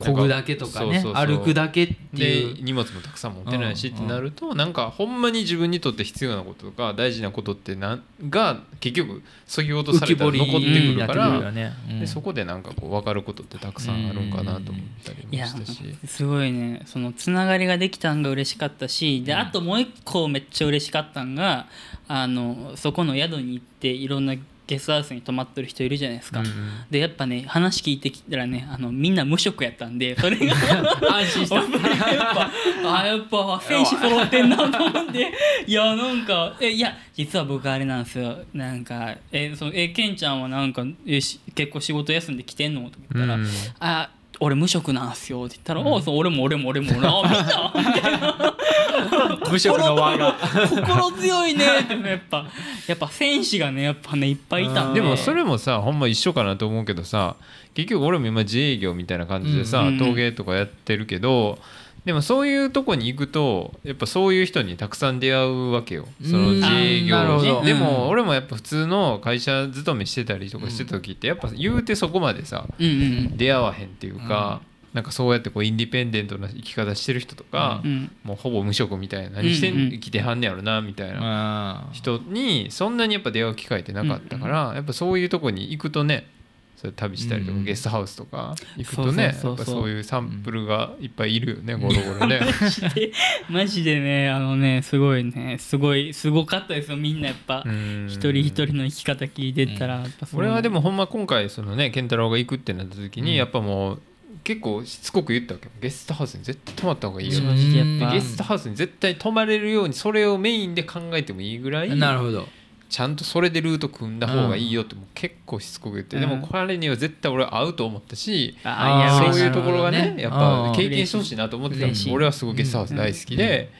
漕ぐだけとかねそうそうそう歩くだけってでいう荷物もたくさん持ってないしっうんてなると、なんかほんまに自分にとって必要なこととか大事なことってなんが結局そぎ落とさ浮れきたら彫り残ってくになるってかくるら。よね、うんでそこでなんかこう分かることってたくさんあるんかなと思ったりもいやしたし。すごいねそのつながりができたんが嬉しかったしで、うんあともう一個めっちゃ嬉しかったんがあのそこの宿に行っていろんなゲストハウスに泊まってる人いるじゃないですか、うんでやっぱね話聞いてきたらねあのみんな無職やったんでそれが安心したやっぱあやっぱ選手揃ってんなと思っていやなんかえいや実は僕あれなんですよなんかえそのえケンちゃんはなんかえし結構仕事休んで来てんのとか言ったら、うんあ俺無職なんすよって言ったら、おうそう俺も俺も俺もなみんなみたいな無職の輪が 心強いねってやっぱやっぱ戦士がねやっぱねいっぱいいたんででもそれもさほんま一緒かなと思うけどさ結局俺も今自営業みたいな感じでさ、うん陶芸とかやってるけどでもそういうとこに行くとやっぱそういう人にたくさん出会うわけよそのうん自営業あーなるほどでうもん俺もやっぱ普通の会社勤めしてたりとかしてた時ってやっぱ言うてそこまでさうんうん出会わへんっていうか、なんかそうやってこうインディペンデントな生き方してる人とか、うんうんもうほぼ無職みたいな何してうんうんん生きてはんねやろなみたいな人にそんなにやっぱ出会う機会ってなかったからやっぱそういうとこに行くとねそれ旅したりとうんかうんゲストハウスとか行くとねそやっうそうそうそうぱそういうサンプルがいっぱいいるよねゴロゴ ロね。マジで マジでねあのねすごいねすごいすごかったですよみんなやっぱ、うん一人一人の生き方聞いてったら、やっぱそう俺はでもほんま今回そのね健太郎が行くってなった時うんにやっぱもう結構しつこく言ったわけゲストハウスに絶対泊まった方がいいよ正直やっでぱゲストハウスに絶対泊まれるようにそれをメインで考えてもいいぐらいなるほどちゃんとそれでルート組んだ方がいいよってもう結構しつこく言って、うんでも彼には絶対俺は合うと思ったし、あーそういうところがなるねほどねやっぱうん経験してほしいなと思ってた嬉しい俺はすごいゲストハウス大好きで、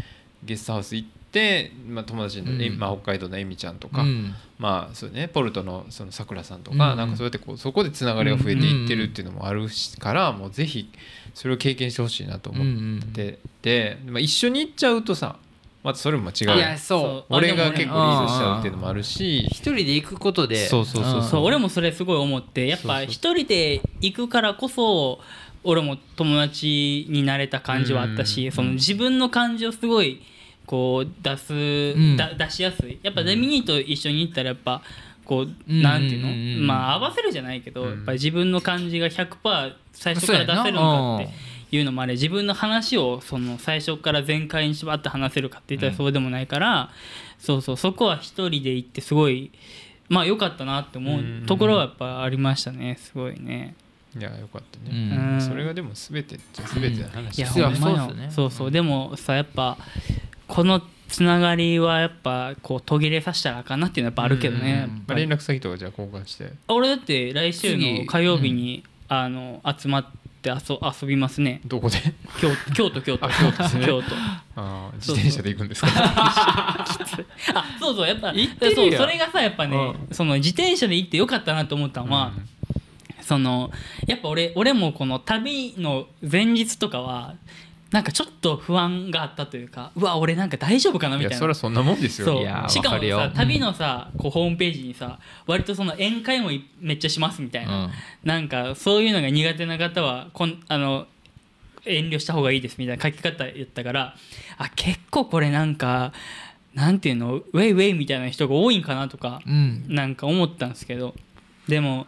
ゲストハウス行って、まあ、友達の、えうんまあ、北海道のえみちゃんとか、うんまあそうね、ポルトのそのさくらさんとうんか、うんなんかそうやってこうそこでつながりが増えていってるっていうのもあるしから、もうぜひそれを経験してほしいなとうんう思っんてて、まあ、一緒に行っちゃうとさまたそれも違ういやそうあで俺もねが結構リードしちゃうっていうのもあるし一人で行くことでそうそうそうーそううん俺もそれすごい思ってやっぱそうそう一人で行くからこそ俺も友達になれた感じはあったし、うんその自分の感じをすごいこう出す、んだ出しやすいやっぱデミニーと一緒に行ったらやっぱこう、うんなんていうの、うんうんうんまあ合わせるじゃないけど、うんやっぱり自分の感じが100%最初そうかやなら出せるのかっていうのもあれ自分の話をその最初から全開に縛って話せるかって言ったらそうでもないから、そうそうそこは一人で行ってすごいまあ良かったなって思うところはやっぱありましたねすごいね。いやよかったうね、んうんそれがでも全てじゃ全ての話いやですほ実はんまよそうっすねそうそうでもさやっぱこのつながりはやっぱこう途切れさせたらあかんなっていうのはやっぱあるけどうんねやっまぱあ、連り絡先とかじゃあ交換して俺だって来週の火曜日にあの集まっって遊遊びますねどこで京京都京都あ京都ですね京都あー自そうそう転車で行くん ですかあそうそうやっぱ行ってるやんそうそれがさやっぱね、その自転車で行ってよかったなと思ったのは、そのやっぱ俺俺もこの旅の前日とかはなんかちょっと不安があったというかうわ俺なんか大丈夫かないみたいやなそれはそんなもんですそうよいやーしかわもかるよさ旅のさ、こうホームページにさ割とその宴会もいめっちゃしますみたいな、うんなんかそういうのが苦手な方はこんあの遠慮した方がいいですみたいな書き方やったからあ結構これなんかなんていうのウェイウェイみたいな人が多いんかなとかうんなんか思ったんですけどでも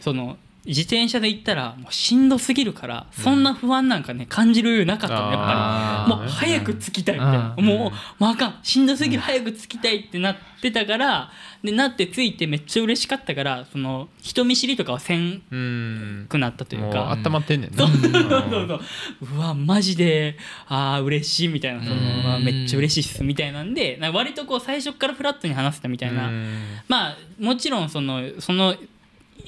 その自転車で行ったらもうしんどすぎるからそんな不安なんかね感じるようになかったのやっぱり。あーもう早く着きたいみたいな、うんもうもうあかんしんどすぎる早く着きたいってなってたからでなって着いてめっちゃ嬉しかったからその人見知りとかはせんうんくなったというもうか温まってんねん そなうそうそうそううわマジでああ嬉しいみたいなそのうんうわめっちゃ嬉しいっすみたいなんでなんか割とこう最初からフラットに話せたみたいな、うんまあもちろんそのその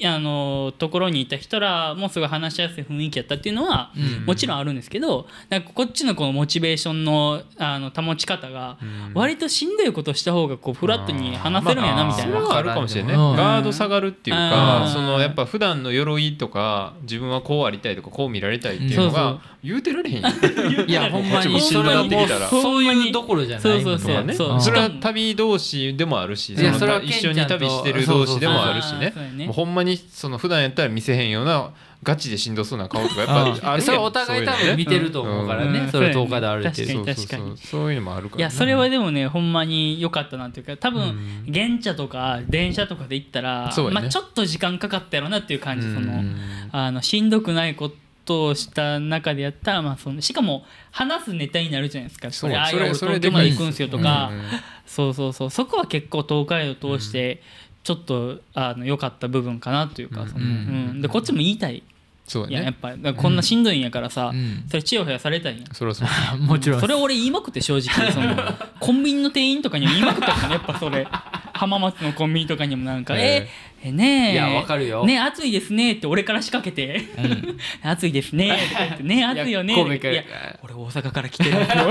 あのところにいた人らもすごい話しやすい雰囲気やったっていうのはうんもちろんあるんですけどなんかこっちのこのモチベーションのあの保ち方がうん割としんどいことした方がこうフラットに話せるんやなみたいまあそれなはあるかもしれない、うんガード下がるっていうか、うんそのやっぱ普段の鎧とか自分はこうありたいとかこう見られたいっていうのうんが言うてられへんやんいやほんまに一緒になってきたらそほうんまいうにどころじゃないそうそうとかねそうそれはしかも旅同士でもあるしいそのやそれは一緒に旅してる同士でもあるしねあーそうやねもうほんまにその普段やったら見せへんようなガチでしんどそうな顔とかやっぱりあるやうんんそれはお互い多分見てると思うからうんねそれそ10うやね日であるってそういいううのねそうそう確かそうにそういうのもあるかいらやねそれはでもねほんまに良かったなというか多う分ん現茶とか電車とかで行ったら、そうやねまあ、ちょっと時間かかったやろなっていう感じ、うんそのあのしんどくないことをした中でやったら、まあ、そのしかも話すネタになるじゃないですかそうこれああそれいうそれで東京かいまでです行くんすよとか、うんそうそうそうそこは結構東海道通してちょっとあの良かった部分かなというかそのうんうんでこっちも言いたいそうやんややっねぱりだからこんなしんどいんやからさ、うんそれチヤホヤされたいんやんそれはそうもちろんそれ俺言いまくって正 直そのコンビニの店員とかにも言いまくったからねやっぱそれ浜松のコンビニとかにもなんか「えええねえいやわかるよねえ暑いですね」って俺から仕掛けて「暑いですね」とか言って「ねえ暑いよね」いや神戸からいや俺大阪から来てるんです よ」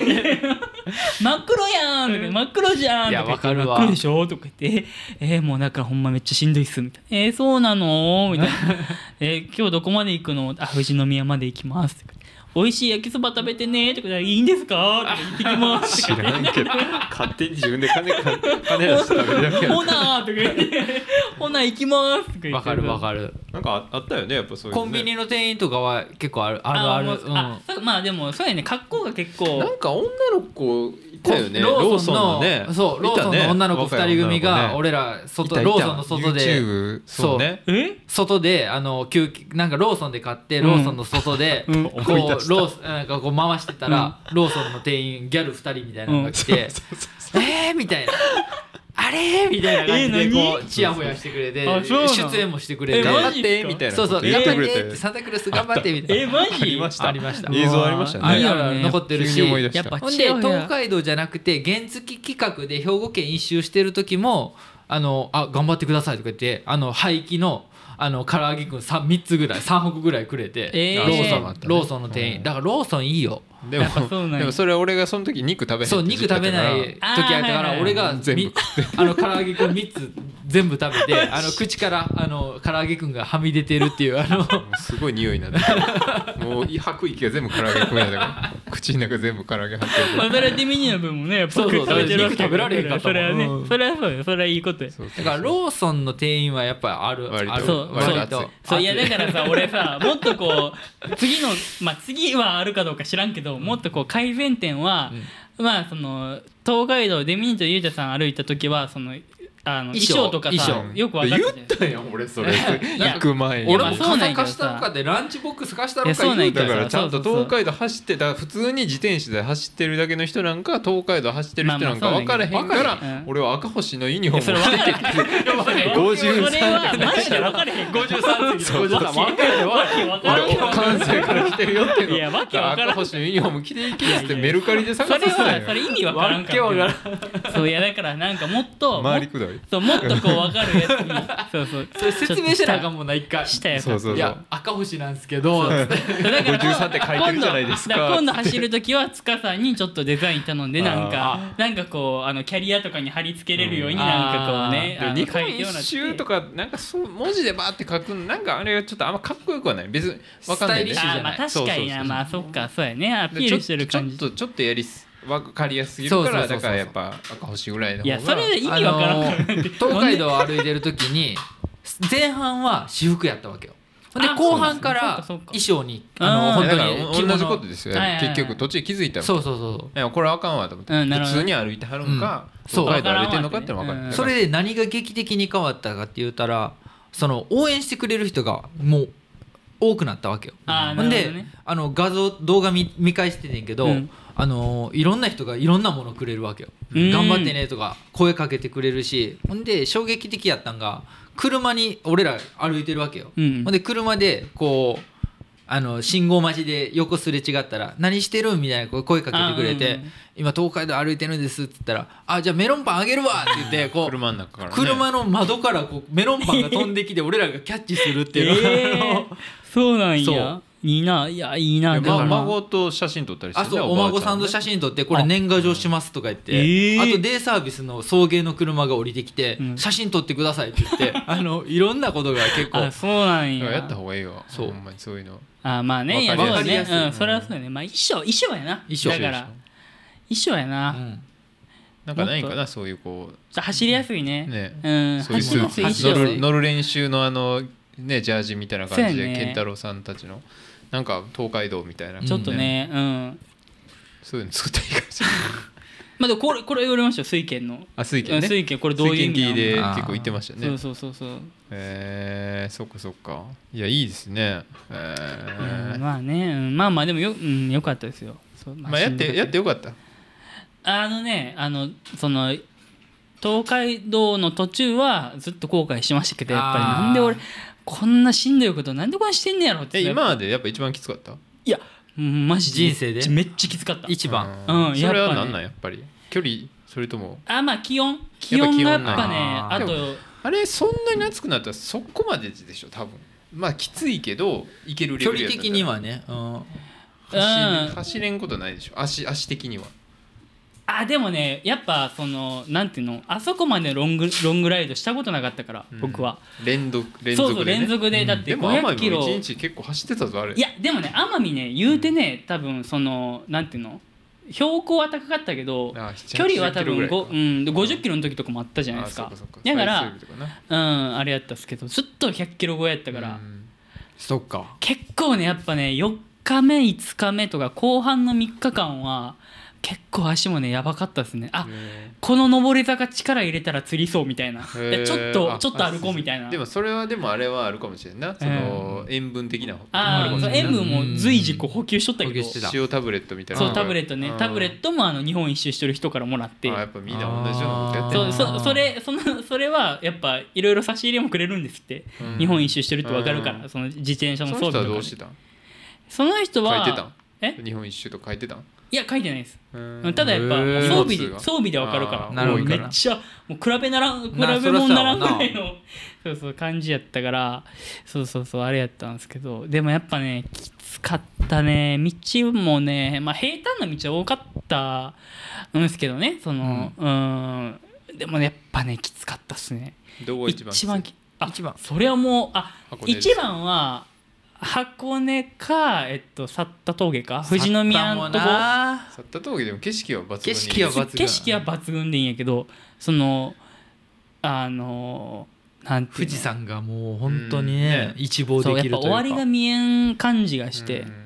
ええー!」真っ黒やん」とか「真っ黒じゃん」いとかや言わってかる真っ黒わでしょ?」とか言って「えー、もうだからほんまめっちゃしんどいっす」みたいな「えー、そうなの?」みたい な「えー、今日どこまで行くの?」あ「富士宮まで行きます」とか「美味しい焼きそば食べてね」とか「いいんですか?」とか「行ってきます」と知からんけど勝手に自分で金か金出して食べるだけや ほなーとか言って「ほな行きます」とか言ってわかるわかるなんかああったよねやっぱそういうのコねンビニの店員とかは結構あるあるあるもうあそうまあでもそうやね格好が結構なんか女の子いたよねロローーソソンンののねそうローソンの女の子二人組が俺ら外ローソンの外でそうねえ外であの休憩なんかローソンで買ってうんローソンの外でこうんう思い出したロースなんかこう回してたらローソンの店員ギャル二人みたいなのが来うんてえーみたいなあれーみたいな感じでこえうチヤホヤしてくれてあそうなん出演もしてくえれてマ頑張ジってみたいなそうそう言頑ってく張れってっててサンタクロース頑張ってみたいえなマありジましたありました映像ありましたあねるうわあるある残ってるし急に思い出したやっぱほんチでヤホヤ東海道じゃなくて原付企画で兵庫県一周してる時も「あのあ頑張ってください」とか言ってあの廃棄のあの唐揚げくん 3, 三つぐらい3北ぐらいくれて、えーローソあン、そうローソンの店員、うんだからローソンいいよでもやっぱそうなんやでもそれ俺がその時肉食べないそう肉食べない時あーやはったかいはいら俺がみ全部あの唐揚げくん3つ全部食べ てあの口からあの唐揚げくんがはみ出てるっていうあ のすごい匂いになってるもう吐く息が全部唐揚げ食えだから口の中全部唐揚げ吐いてまあ、るそれはデミニの分もねやっぱそうそう食べてるわけや食べられへんかったもそんれはね、うんそれはそうよそれはいいことよそうそうだからローソンの店員はやっぱりある割とあるそう割と割とそういやだからさ俺さ もっとこう次のまあ次はあるかどうか知らんけどもっとこう改善点は、まあその東海道デミニとゆうたさん歩いた時はそのあの衣衣装装とかさ衣装よく分かったじゃ言んったやん俺それや 行く前に俺もいやまあそうなんやけ傘ど貸したろかでランチボックス貸したいろやそうかなんや言うけどださからちゃんとそうそうそう東海道走ってた普通に自転車で走ってるだけの人なんか東海道走ってる人なんかまあまあ分からへんかそうだけどうんら俺は赤星のユニフォーそれムを分着 てかれへきてんそれは53 マジで分かれへん53そう53そうわかるわわけ分か俺らんよ関西から来てるよっていうのいやわけわからん赤星のユニフォーム着ていけっつってメルカリで そ探れさせたはんそよれ意味分からんからわけ分そういやだからなんかもっともっ回りくどいいそうもっとこう分かるやつ にそうそうそれ説明してなあかんもんな一回したやつそうそういそうや赤星なんですけど だから53って書いてるじゃないですか今度だら今度走る時は塚さんにちょっとデザイン頼んであーなんかなんかこうあのキャリアとかに貼り付けれるようにうんなんかこうね、であの日本書いてよう一なって周とかなんかそう文字でバーって書くのなんかあれはちょっとあんまかっこよくはない別にわかんないスタイリッねシュあじゃーまあない確かになそうそうそうそうまあそっかそうやねアでピールしてる感じちょちょっとちょっとやりすわかりやすすぎるからそうそうそうそうだからやっぱ赤星ぐらいの方いがやそれ意味わからんあのからー東海 道を歩いてる時に前半は私服やったわけよほんであ後半そかうらかそう衣か装にああのー本だ当からに同じことですよはいはいはい結局途中で気づいたのそうそうそうそういやこれはあかんわと思って、うんなるほ普ど通に歩いてはるんか、うんそう北海道歩いてんのかっての分かる、うんそれで何が劇的に変わったかって言ったらその応援してくれる人がもう多くなったわけよ。あーほんなるでほどねあの画像動画見見返しててんけど、うんあのいろんな人がいろんなものくれるわけよ。うん頑張ってねとか声かけてくれるしほんで衝撃的やったんが車に俺ら歩いてるわけよ。う んほんで車でこうあの信号待ちで横すれ違ったら「何してる?」みたいな声かけてくれあてうんうん「今東海道歩いてるんです」っつったら「あじゃあメロンパンあげるわ」って 言ってこう車の中から、ね、車の窓からこうメロンパンが飛ん できて俺らがキャッチするっていうのがあえのー、そうなんそやういいないやいいいなやだかまら孫と写真撮ったりして あねそうおばあ孫ちさゃんねと写真撮ってこれ年賀状しますとか言ってあえーあとデイサービスの送迎の車が降りてきてうん写真撮ってくださいって言って あのいろんなことが結構あそうなんいやややった方がいいよそうほんまにそういうのあまあねわそかうりだやすいねわかりやすいうんそれはそうだねまあ衣装衣装やな衣装だから衣装やな、うちょんなんかないかなそういうこっと走りやすいねうねうんそういう走りやすいスー衣ツ装乗走る乗る練習のあのねジャージみたいな感じそうやでね健太郎さんたちのなんか東海道みたいなうんちょっとね、うん。そういうの作ったらいいかもし れないまあでもこれこれ言われましたよ、水拳の。あ水う拳んね水拳これどういう意味なの水拳聞いあーて結構言ってましたよねそうそうそうそう。えー、そっかそっかいやいいですねえうんーまあね、うんまあまあでもよ、うん、よかったですよ。そうまあやってやって。しんどかたよかったあのね、あのその東海道の途中はずっと後悔してましたけど、やっぱりあーなんで俺こんなしんどいことなんでこんなしてんねやろって。え今までやっぱ一番きつかったいや、うんマジ人生でめっちゃきつかった。一番うんそれやっはぱねなんなんやっぱり距離それともあまあ気温気温がやっやっぱ気温ぱねなあんやとあれそんなに暑くなったらそこまででしょ多分まあきついけどいけるレ距ベルやっ離たん的じにゃないはね、うん、うん走れ走れんことないでしょ足足的にはあでもねやっぱそのなんていうのあそこまでロングロングライドしたことなかったから、うん僕は連続連そう続そで、うね、連続で、だってでも奄500キ美ロも一日結構走ってたぞあれいやでもね奄美ね言うてね、多分そのなんていうの標高は高かったけどあ7距離は多80分キロご、うぐらいん、50キロの時とかもあったじゃないですあかそうそうだから最終日となうんあれやったっすけどずっと100キロ超えやったから、うんそっか結構ねやっぱね4日目5日目とか後半の3日間は結構足もねやばかったですねあ、へこの上り坂力入れたら釣りそうみたいなーいやちょっあとちょっと歩こうみたいなでもそれはでもあれはあるかもしれんなその塩分的なあるかあそうもしれんな塩分も随時こう補給しとったけ補給どしてた塩タブレットみたいなそうタブレットねうんタブレットもあの日本一周してる人からもらってあやっぱみんな同じようなことやってんそのうそそれそのそれはやっぱいろいろ差し入れもくれるんですってうん日本一周してるってわかるかうらんその自転車そのの装人備はどとかうねしてたんその人は書いてたんえ日本一周とか書いてたんいや書いてないですうんただやっぱへー装備荷で物が装備でわかるかあらーなるほどもうめっちゃもう比べならん比なべもんならんぐそらそうやわならいの そうそう感じやったからそうそうそうあれやったんですけどでもやっぱねきつかったね道もねまあ平坦な道は多かったんですけどねそのうんでもねやっぱねきつかったっすねどこが一番きつい一番きあ一番それはもうあ箱根です一番は箱根かえっと去った峠か富士宮のとここ去った峠でも景色は抜群に景色は抜群景色は抜群でいいんやけどそのあのなんていうの富士山がもう本当にうね,、んね一望でそうやきっるぱというか終わりが見えん感じがして、うん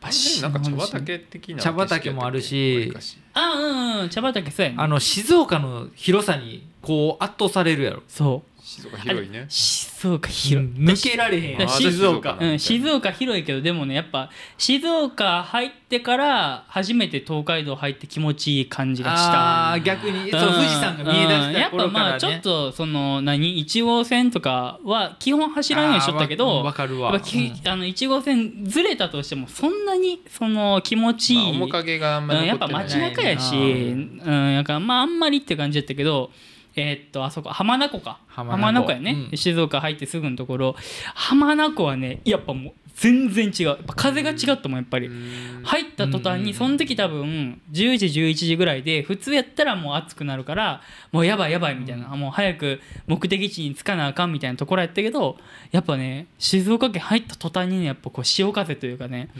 バシッなんか茶畑的な茶畑もあるしあうんうん茶畑そうやあねの静岡の広さにこう圧倒されるやろそう静岡広いね静岡広い抜けられへんだかやんらあ静岡うん、静岡広いけどでもねやっぱ静岡入ってから初めて東海道入って気持ちいい感じがしたあー逆にそううん富士山が見えだした頃から、ねうんやっぱまあちょっとその何1号線とかは基本走らんようにしとったけあーどわわかるやっわぱきあの1号線ずれたとしてもそんなにその気持ちいまあい、面影があんまうんりやっ残ぱってない街中やし、ううん、やからまああんまりって感じやったけどえーっとあそこ浜名湖か浜名湖やね、うん静岡入ってすぐのところ浜名湖はねやっぱもう全然違うやっぱ風が違ったもんやっぱり入った途端にその時多分10時11時ぐらいで普通やったらもう暑くなるからもうやばいやばいみたいな、もう早く目的地に着かなあかんみたいなところやったけどやっぱね静岡県入った途端にねやっぱこう潮風というかね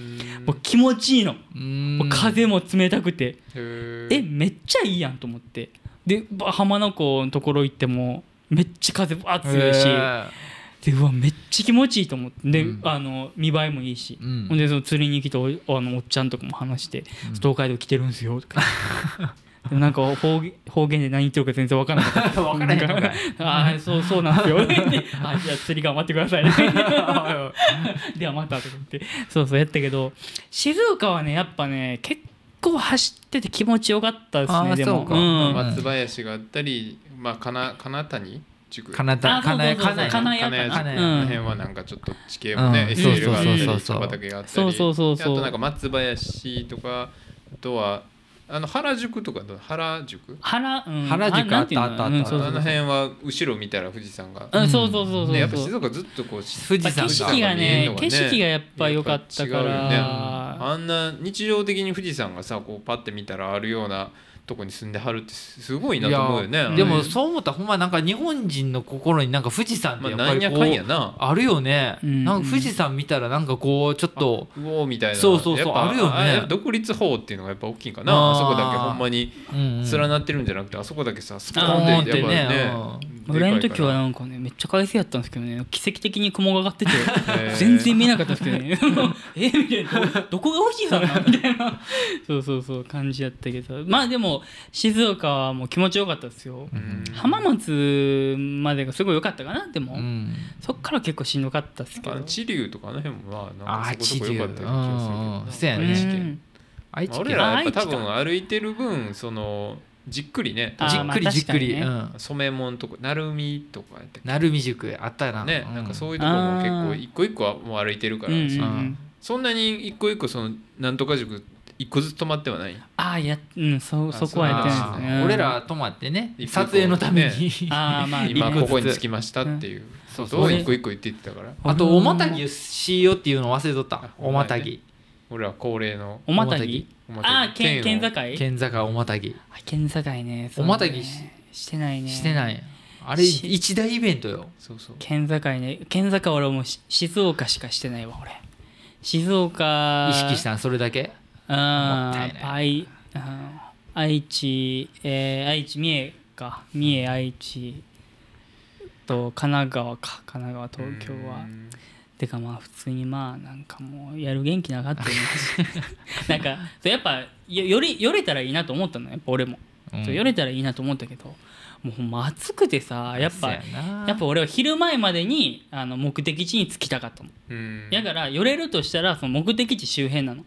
もう気持ちいいの、もう風も冷たくて。えめっちゃいいやんと思ってでば浜名湖のところ行ってもめっちゃ風バーッ強いし、でうわめっちゃ気持ちいいと思ってで、うんあの見栄えもいいし、うん ほんでその釣りに来たおあのおっちゃんとかも話して「東海道来てるんすよ」と か。でもなんか方言方言で何言ってるか全然分からなか った分からへんのかいなんああそうそうなん ですよ であじゃあ釣り頑張ってくださいね ではまたとか言ってそうそうやったけど静岡はねやっぱね結構走ってて気持ちよかったですあねーでもそうかん、まあ松林があったり、まあ、かな金谷塾かなたあそうそかうなそえうそうかなえ金金谷谷か塾なこの辺はなんかちょっと地形もね、うん SL があったりそうそうそうそう畑があったりそうそうそうそうあとなんか松林とかあとはあの原宿とかどう原宿原、うん、原宿あなんていうのあったあったうんあそうそうの辺は後ろ見たら富士山が、うんそうそうそうそうでやっぱ静岡ずっとこう富士やっぱ山景色が見えんねのが景ね色がやっぱ良かったかやっぱら、違うよねあんな日常的に富士山がさこうパッて見たらあるようなとこに住んではるってすごいなと思うよね。いやでもそう思ったらほんまなんか日本人の心になんか富士山ってまあ、やっなぱんりやこかんやうな。あるよね、うんなんか富士山見たらなんかこうちょっとうおーみたいなそうそうそうやっぱあるよねやっぱ独立法っていうのがやっぱ大きいんかなあーあそこだけほんまにうんうん連なってるんじゃなくて、あそこだけさスポあーーンってやっぱねでかほんといから俺の時 はなんかねめっちゃ快晴やったんですけどね奇跡的に雲が上がっててー全然見えなかったんですけどねえみたいなどどこが欲しいさなみたいなそうそうそう感じやったけどまあでも静岡はもう気持ちよかったですよ、うん浜松までがすごい良かったかなでも、うんそっから結構しんどかったですけあどの知立とかあの辺もまああなんーかそこそこ良かったような気がするけどな知立うんうんうそうやね愛知県ん愛ま知あ、県俺らはやっぱあ多愛知か分歩いてる分そのじっくりねあーじっくまりあじっくり、確かにうん染め物とか鳴海とかやって鳴海塾あったなね、うなんかそういうところも結構一個一個はもう歩いてるから、うんうんうそうんそんなに一個一個そのなんとか塾一個ずつ止まってはないああやうんそあそこはやってないですそうね俺ら泊まってね一個一個撮影のために、ねああまあ今一こ個こに着きましたっていうそうことをそう一個一個言っていってたからあとおまたぎをしようっていうの忘れとったあおまたぎ俺ら恒例のおまたぎおまああ県県境を県坂おまたぎあ県境ねそうおまたぎししてないねしてないあれし一大イベントよそうそう県境ね県境俺もうし静岡しかしてないわ俺静岡意識したんそれだけあもったいあ愛うん愛知えー愛知三重か三重愛知と神奈川か神奈川東京はうんてかまあ普通にまあなんかもうやる元気なかったよね なんかそうやっぱよよりよれたらいいなと思ったのやっぱ俺も、そうよれたらいいなと思ったけどもうほんま暑くてさやっぱややっぱ俺は昼前までにあの目的地に着きたかったの、うんだから寄れるとしたらその目的地周辺なの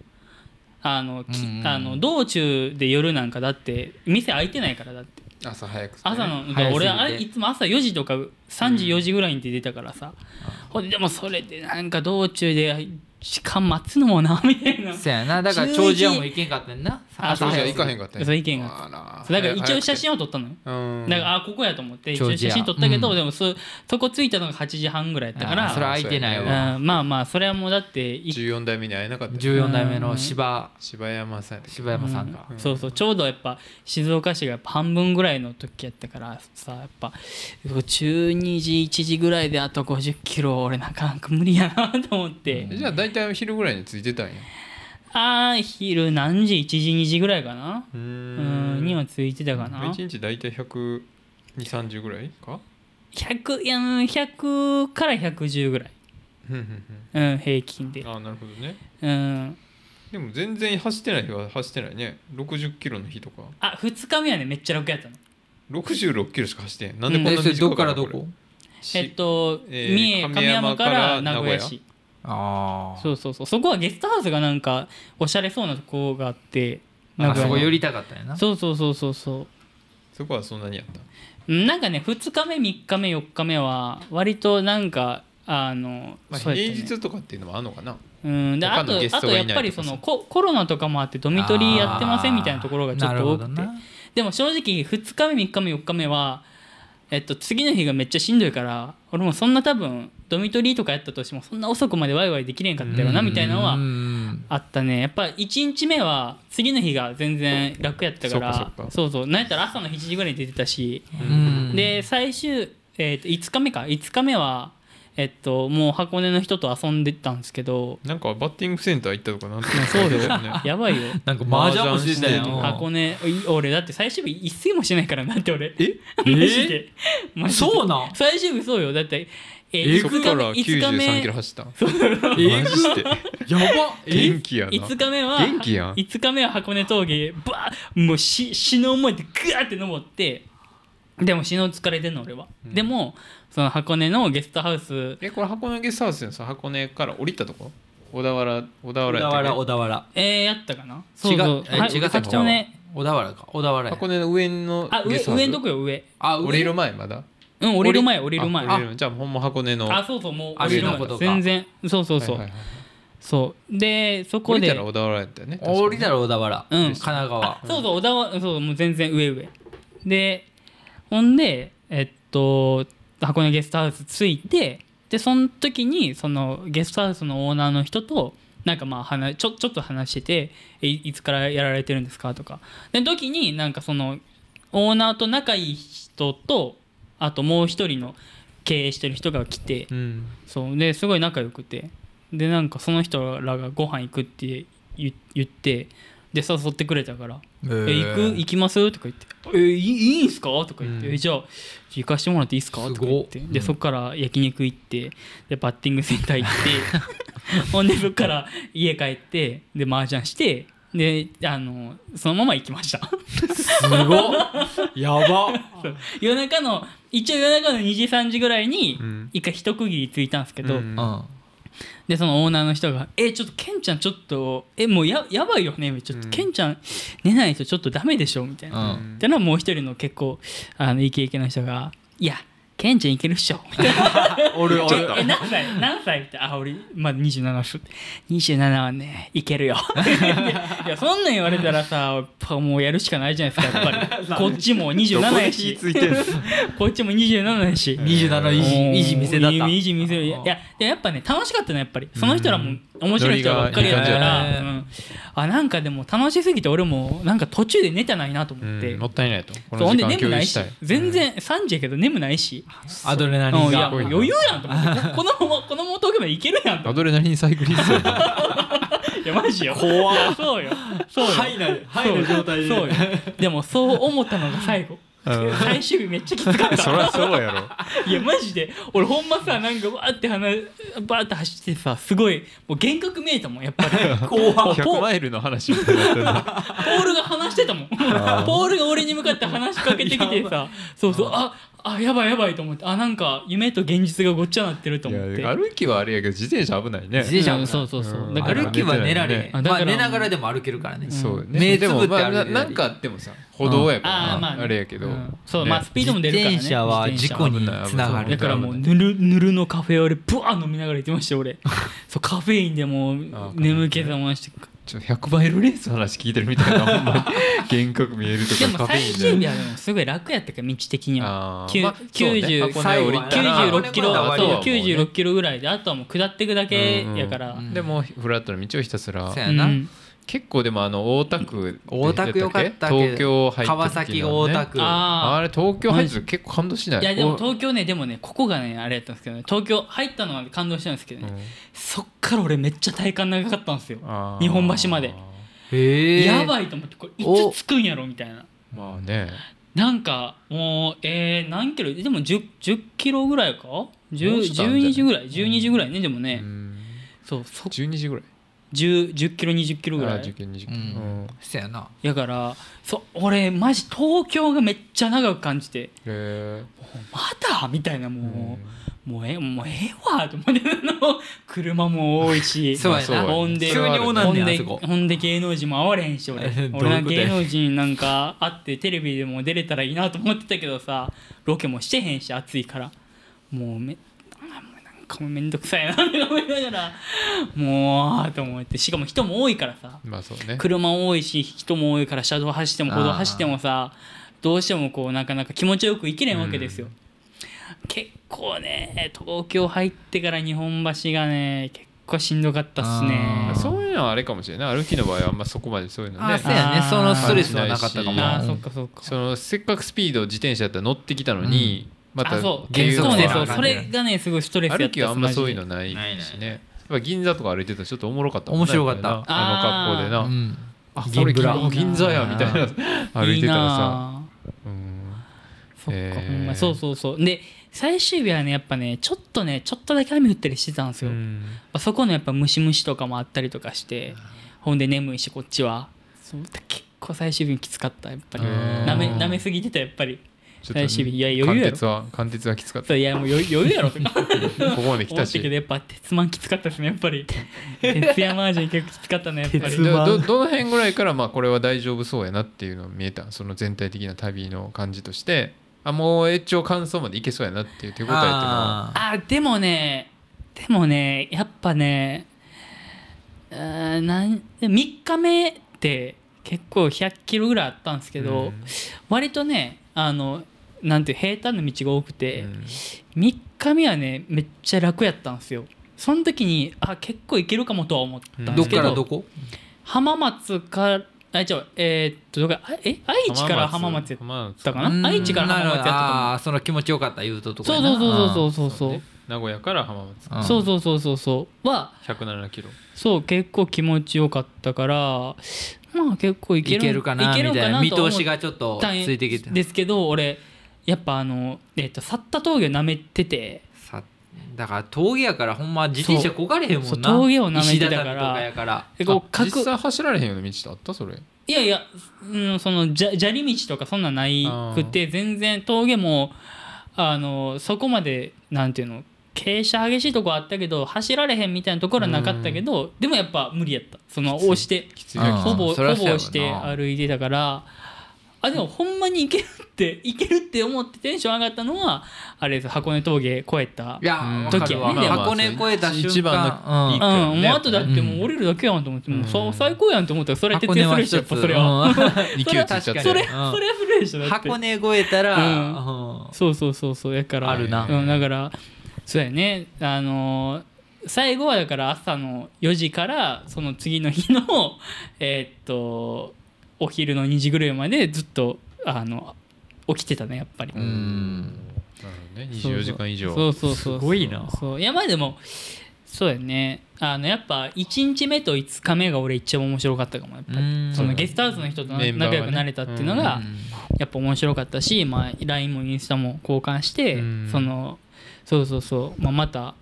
あのきうんうんあの道中で夜なんかだって店開いてないからだって朝早くてね朝の、早すぎて俺あれいつも朝4時とか3時4時ぐらいに出てたからさ、ほんででもそれでなんか道中で時間待つのもな みたいなそそやなだから長寿屋も行けんかったんなあ朝朝早早くく行かへんかったう意見ががうだから一応写真を撮ったのようんだからあここやと思って一長応寿屋写真撮ったけど、うんでもそそこ着いたのが8時半ぐらいやったかあらーそれは空いてないわうんまあまあそれはもうだってい14代目に会えなかったよ14代目の柴柴山さんやったっけ柴山さんがうんそうそうちょうどやっぱ静岡市がやっぱ半分ぐらいの時やったからさやっぱ12時1時ぐらいであと50キロ俺なかなか無理やなと思って、じゃあ大体昼ぐらいに着いてたんやあー昼何時1時2時ぐらいかなううんにはついてたかな1日大体120、30ぐらいか100いやうん100から110ぐらい、うんうんうん、平均うでんあなるほどねうんでも全然走ってない日は走ってないね60キロの日とかあ2日目はねめっちゃ楽やったの66キロしか走ってへんなんでこんえなそれ短どっからなどこしえっと、えー三重亀亀山山かからら名名古古屋屋市あーそうそうそうそこはゲストハウスがなんかおしゃれそうなとこがあってあそこ寄りりたかったんやなそうそうそうそうそそこはそんなにやったううんなんかね2日目3日目4日目は割となんかあの、まあそう平やったね日とかっていうのもあるのかなうんで他あのとゲストあとがやいっないとかさぱりそのココロナとかもあってドミトリーやってませんみたいなところがちょっと多くあーてなるほどなでも正直2日目3日目4日目はえっと、次の日がめっちゃしんどいから俺もそんな多分ドミトリーとかやったとしてもそんな遅くまでワイワイできれんかったよなみたいなのはうんあったねやっぱ1日目は次の日が全然楽やったからそっかそっかそうそうなんやったら朝の7時ぐらいに出てたし、うんで最終、えっと5日目か5日目は、えっと、もう箱根の人と遊んでたんですけどなんかバッティングセンター行ったとかなんとかそうだよねやばいよ なんか麻雀もしてたやん麻箱根い俺だって最終日一睡もしてないからなって俺え マジでマジでそうなん 最終日そうよだってええぐから5日目93キロ走ったマジでやば元気やな5日目は元気やん5日目は箱根峠バーもうし死の思いでグワーって登ってでも死の疲れてんの俺は、うんでもその箱根のゲストハウスえこれ箱根ゲストハウスのさ箱根から降りたとこ小田原小田小原や田ったっけ原小田原えー、やったかな違うはえい違うさっきちゃう箱わ根小田原か小田原や箱根の上のあゲ上ストハウス上んとこよ上あ降りる前まだうん降りる前降りる前あ降りるじゃあほんま箱根のあそうそうもうあ降りる上の前ことか全然そうそうそう、はいはいはいそうでそ降こりでたら小田原やったよね降りたら小田原、うん神奈川あそうそう小田原そうもう全然上上でほんでえっと箱根ゲストハウス着いてでその時にそのゲストハウスのオーナーの人となんかまあ話ちょちょっと話しててえいいつからやられてるんですかとかで時になんかそのオーナーと仲いい人とあともう一人の経営してる人が来て、うんそうですごい仲良くてでなんかその人らがご飯行くって言言ってで誘ってくれたから「ええ行く行きます?」とか言って「えいいいいんすか?」とか言って「うんえじゃあ行かしてもらっていいですか?」すごとかっ言ってでうんそっから焼肉行ってでバッティングセンター行って ほんでそっから家帰ってで麻雀してであのそのまま行きました すごっやば夜中の一応夜中の2時3時ぐらいにうん一回一区切りついたんですけど、うんうんでそのオーナーの人が「えちょっとケンちゃんちょっとえもうややばいよね」ちょっと、うんケンちゃん寝ないとちょっとダメでしょ」みたいな。うっんてのはもう一人の結構あのイケイケの人が「いやケンちゃんいけるっしょ」みたいな「俺ええ何歳何歳?」って「あ俺まだ27っす」27はねいけ るよ」いやそんなん言われたらさやっぱもうやるしかないじゃないですかや っぱりこっちも27やしどこで火ついてんのこっちも27やし27の維持維持店だった維持店いやいやでやっぱね楽しかったねやっぱりその人らも面白い人ばっかりだったから、ノリがいい感じだねうんあなんかでも楽しすぎて俺もなんか途中で寝たないなと思って、うんもったいないとこそうのほ時んで間眠共な有いししたい全然3時やけど眠ないし、アドレナうリんンいやがすごいな余裕やんと思って ここのままこのまま東京まで行けるやんとア思ドレナリンサイクリス トやなっていやマジよ怖っいやそうよそうよ入らない入る状態でそうよでもそう思ったのが最後うん最終日めっちゃきつかったそりゃそうやろ いやマジで俺ほんまさなんかわーって話バーって走ってさすごいもう幻覚見えたもんやっ ぱり怖っポ100マイルの話みたいになってるなポールが話してた もんポールが俺に向かって話しかけてきてさそうそうああやばいやばいと思ってあなんか夢と現実がごっちゃなってると思っいてや歩きはあれやけど自転車危ないね自転車うん危そうないそうそううんだから歩きは寝られへだからんまあ寝ながらでも歩けるからねそうね目でつぶってもまあ歩いてなるなんかあってもさ歩道やかあらーまあねあれやけどうんそうまあねスピードも出るからね自転車は自事転車故はにつな危ながい危ないだるからもうぬるぬるのカフェオレブワー飲みながら行ってました よ俺そうカフェインでもう眠気覚ましてちょ100マイルレースの話聞いてるみたいなほん まに幻覚見えるとでかもカフェ最イン終日ではでもすごい楽やったから道的にはあーきゅうまあそうね90箱根降りたらあ96キロこれまそあう終わりやもんね96キロぐらいであとはもう下っていくだけやから、うんうんでもフラットの道をひたすらそううやんな結構でもあの大田区大田区よかったけど東京入った時のね川崎大田区ああれ東京入った時結構感動しなあいいやでも東京ねでもねここがねあれやったんですけどね東京入ったのは感動したんですけどね、そっから俺めっちゃ体感長かったんですようん日本橋までへえやばいと思ってこれいつ着くんやろみたいなまあねなんかもうえー、何キロでも 10, 10キロぐらいかもうちょっとあるんじゃな10い12時ぐらい12時ぐらいね、でもうね、んそうそ12時ぐらい 10, 10キロ20キロぐらあー10い時20時うんうんそやなやからそう俺マジ東京がめっちゃ長く感じてへまだみたいなーもう、もうえもうええわと思ってあの車も多いしそうやなほんでそれはある急にオナほんんねんあでそこほんで芸能人も会われへんし俺 どういうこと俺やは芸能人なんか会ってテレビでも出れたらいいなと思ってたけどさロケもしてへんし暑いからもうめなんかもうめんどくさいなって思いながらもうあーと思ってしかも人も多いからさまあそうね車多いし人も多いから車道走っても歩道走ってもさどうしてもこうなかなか気持ちよく行けれんわけですようん結構ね東京入ってから日本橋がね結構しんどかったっすねあーそういうのはあれかもしれない歩きの場合はあんまそこまでそういうのあねーそうやねあーそのストレスはなかったかもああそっかそっかそのせっかくスピードを自転車だったら乗ってきたのに、またあそう原原則そう則ねそう的な感じそれがねすごいストレスやった歩きはあんまそういうのマないしねないないやっぱ銀座とか歩いてたらちょっとおもろかったもん面白かったあの格好でなうあ,、んこれ銀ブラ昨日銀座やみた いなジで歩いてたらさいいなあうんそっか、えーほんまそうそうそうで最終日はねやっぱねちょっとねちょっとだけ雨降ったりしてたんですよ、うんそこのやっぱムシムシとかもあったりとかしてほんで眠いしこっちはそう結構最終日きつかったやっぱりうーんなめなめすぎてたやっぱりちょっと最終日いや余裕貫やろ徹は貫徹はきつかっそたうい やもう余余裕やろとか ここまで来た思ったしけどやっぱ鉄マンきつかったですねやっ ぱり徹夜マージン結構きつかったねやっぱり鉄どどどの辺ぐらいからまあこれは大丈夫そうやなっていうのが見えたその全体的な旅の感じとしてあもう越長感想までいけそうやなっていう手応えっていうのはああでもねでもねやっぱねうーんなん3日目って結構100キロぐらいあったんですけど、うん割とねあのなんていう平坦な道が多くて、うん3日目はねめっちゃ楽やったんですよその時にあ結構いけるかもとは思ったあーんどでっすけど,、からどこ浜松からあじゃあえーっとどこかあえ愛知から浜松やっ浜松たかな愛知から浜松やったとあ思あーその気持ちよかった言うととうこそやうそうなそうそうそうそうね名古屋から浜松うんそうそうそうそうそうは107キロそう結構気持ちよかったからまあ結構いけいるけるかなみたいな見通しがちょっとつついてきてですけど俺やっぱあのえっ、と去った峠を舐めててさだから峠やからほんま自転車そうこがれへんもんなそう峠を舐めてたから石畳とかやからえこうあ各実際走られへんような道ってあったそれいやいや、うん、そのじゃ砂利道とかそんなんないくて全然峠もあのそこまでなんていうの傾斜激しいとこあったけど走られへんみたいなところはなかったけどでもやっぱ無理やったその押してきついなうんほぼほそりゃそうやろぼなして歩いてたからあでもほんまに行けるって行けるって思ってテンション上がったのはあれです箱根峠越えたいや時時やねはでも箱根越えた瞬間一番のいいうん、もうねあとだってもう降りるだけやんと思って、もううんさ最高やんと思ったらそれ徹底するでしょやっぱそれは、勢いついちゃったそれそれ、うんそれは古いでしょだって箱根越えたら、うんうんそうそうそうそうやからあるなうん、だからそうやねあのー最後はだから朝の4時からその次の日の えーっとお昼の2時ぐらいまでずっとあの起きてたねやっぱり、うなるほどんね24時間以上そうそうそうそうすごいなそういやまあでもそうやねあのやっぱ1日目と5日目が俺一番面白かったかもやっぱりうんそのゲストハウスの人となメンバーは仲ね良くなれたっていうのが、やっぱ面白かったし、まあ、LINE もインスタも交換して、うんそのそうそうそう、まあ、また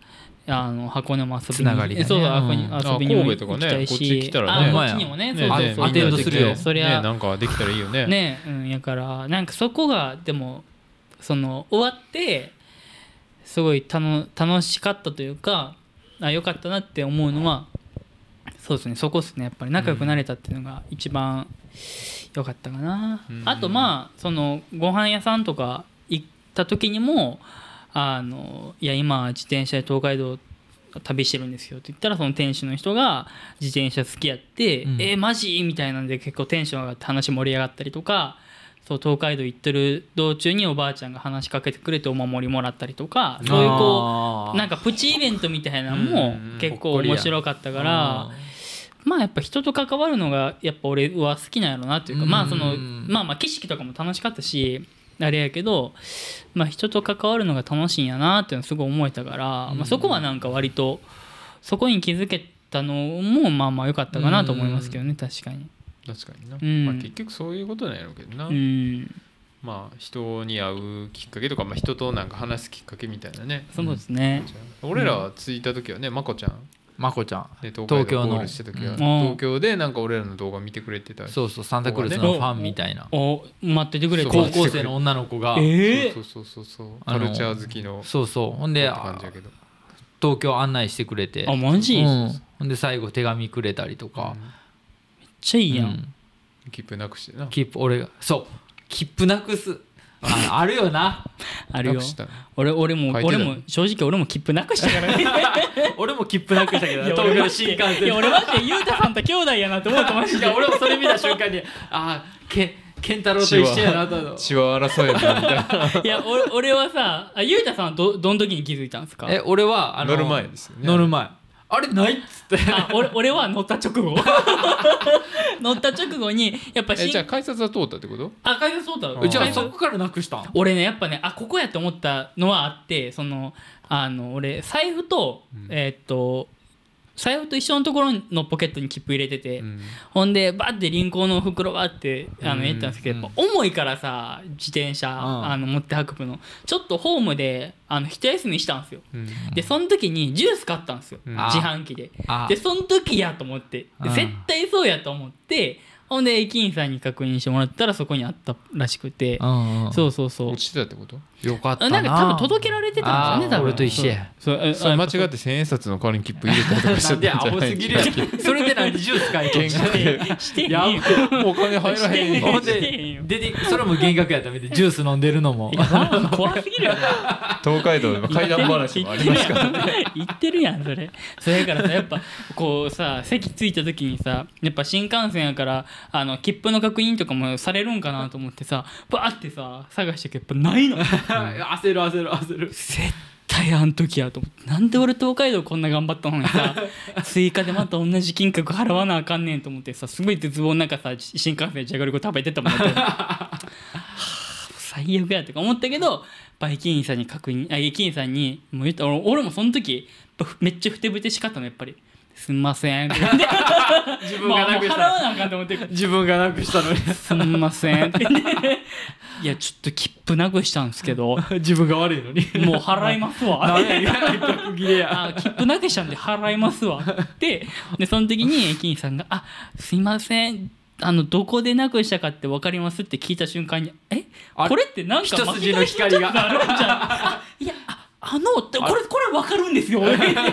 あの箱根も遊びつにながりがねそうそう箱根うん遊びにもあ神戸とかね行きたいしこっち来たらねあこっちにもねねそうねそうそうアテンドするよそりねゃなんかできたらいいよねねうんやからなんかそこがでもその終わってすごい楽楽しかったというかあよかったなって思うのはそうですねそこですねやっぱり仲良くなれたっていうのが一番良かったかな、うんあとまあそのご飯屋さんとか行った時にもあのいや今自転車で東海道旅してるんですよって言ったらその店主の人が自転車好きやって「うんえーマジ?」みたいなんで結構テンション上がって話盛り上がったりとかそう東海道行ってる道中におばあちゃんが話しかけてくれてお守りもらったりとかそういうこうなんかかプチイベントみたいなのうもんうん結構面白かったから。まあやっぱ人と関わるのがやっぱ俺は好きなんやろなというか、うんまあそのまあまあ景色とかも楽しかったしあれやけど、まあ、人と関わるのが楽しいんやなっていうのすごい思えたから、まあ、そこはなんか割とそこに気づけたのもまあまあ良かったかなと思いますけどね、確かに。確かにな、うんまあ、結局そういうことなんやろうけどな、うんまあ人に会うきっかけとか、まあ、人となんか話すきっかけみたいなねそうですね、俺らは着いた時はねまこちゃんまこちゃんで東京東の京のゴールした時はうん東京でなんか俺らの動画見てくれてたうそうそうサンタクルースのファンみたいなお待っててくれたそ高う校生の女の子がえそうそうそうそうあカのルチャー好きのそうそうほんでって感じやけど東京案内してくれてー、あマジ、うんめっほんで最後手紙くれたりとかちゃいいいやん、切符なくしてな切符俺がそう切符なくすああるよなあるなよくしたの俺俺も書いてた俺も正直俺も切符なくしたからね俺も切符なくしたけいどなや東俺京マのジ新で幹線いや俺マジでゆうたさんと兄弟やなと思ってましいや俺もそれ見た瞬間にあーけ健太郎と一緒やなたの血は争えばみたいないや俺俺はさあゆうたさんはどどの時に気づいたんですかえ俺はあの乗る前ですよね乗る前あれないっつってあ俺俺は乗った直後 乗った直後にやっぱえ新じゃあ改札は通ったってことあ改札そうだうんじゃあ改札そこからなくしたん俺ねやっぱねあここやって思ったのはあってそのあの俺財布と、うんえーっと財布と一緒のところのポケットに切符入れてて、うんほんでバッて銀行の袋バッてあうんのやったんですけど、うんやっぱ重いからさ自転車、んあの持って運ぶのちょっとホームであの一休みしたんですようんでその時にジュース買ったんですよ、うん自販機であでその時やと思ってあでー絶対そうやと思ってほんで駅員さんに確認してもらったらそこにあったらしくてうんうんそうそうそう落ちてたってことよかったあななんか多分届けられてたんですよねあー多分俺と一緒やそうそうえそれあ間違って千円札の代わりに切符入れたりとかしちゃった んじゃないやそれでなんでジュース 買い喧嘩で してへんやよお金入らへん してのへほんんしてへんでよ出てそれも幻覚やったみたいジュース飲んでるのもいやまあ怖すぎるよ東海道でも階段話もありますからら言ってるやんそ れそれからさやっぱこうさ席着いた時にさやっぱ新幹線やからあの切符の確認とかもされるんかなと思ってさバーってさ探したけどやっぱないの焦る焦る焦る絶対あん時やと思ってなんで俺東海道こんな頑張ったのに さ追加でまた同じ金額払わなあかんねんと思ってさすごい絶望の中さ新幹線でじゃがりこ食べて たもんだってはあ最悪やとか思ったけどバイキンさんに確認あ駅員さんにもう言った俺俺もその時やっぱめっちゃふてぶてしかったのやっぱり「すんませ ん」って言って自分まあがもなうく払しわたなあかんと思って自分がなくしたのにすんません」っ て言っていやちょっと切符なくしたんですけど 自分が悪いのにもう払いますわ」 ダメや逆切れ やあ切符投げしたんで払いますわってでその時に駅員さんが「あすいませんあのどこでなくしたかって分かります?」って聞いた瞬間に「えあれこれってなんか一筋の光が巻き返しのチャンスあるんじゃんあいやああのってこれこれ分かるんですよ」って言ってあ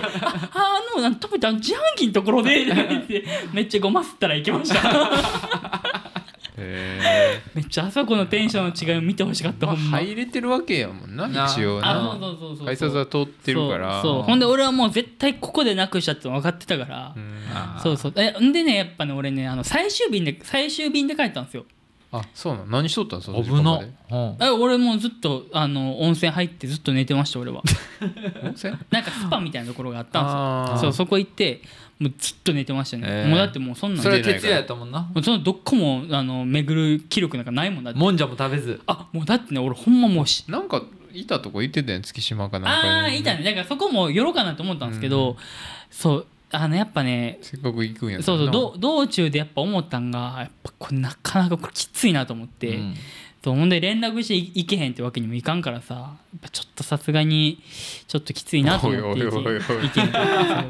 あのなん特にあの自販機のところで」って 言ってめっちゃごますったら行きましたへめっちゃあそこのテンションの違いを見てほしかっーたまほあんま入れてるわけやもんなな一応あなそうそうそうそう改札は通ってるからそうそうほんで俺はもう絶対ここでなくしたって分かってたから、うんそうそうえんでねやっぱね俺ねあの最終便で最終便で帰ったんですよあそうなの何しとったんその時危間なまでうんえ俺もうずっとあの温泉入ってずっと寝てました俺は温泉なんかスパみたいなところがあったんですよあーそうそこ行ってもうずっと寝てましたね、えーもうだってもうそんなんそれはで徹夜やったもんなもうそのどっこもあの巡る気力なんかないもんだってもんじゃも食べずあもうだってね俺ほんまもうしなんかいたとこ行ってたやん月島かなんかにああーいたねだからそこも寄ろうかなと思ったんですけど、そうあのやっぱねせっかく行くんやそうそうど道道中でやっぱ思ったんがやっぱこれなかなかこれきついなと思って、うんそうほんで連絡してい行けへんってわけにもいかんからさやっぱちょっとさすがにちょっときついなと思っておいおいおいおい意見い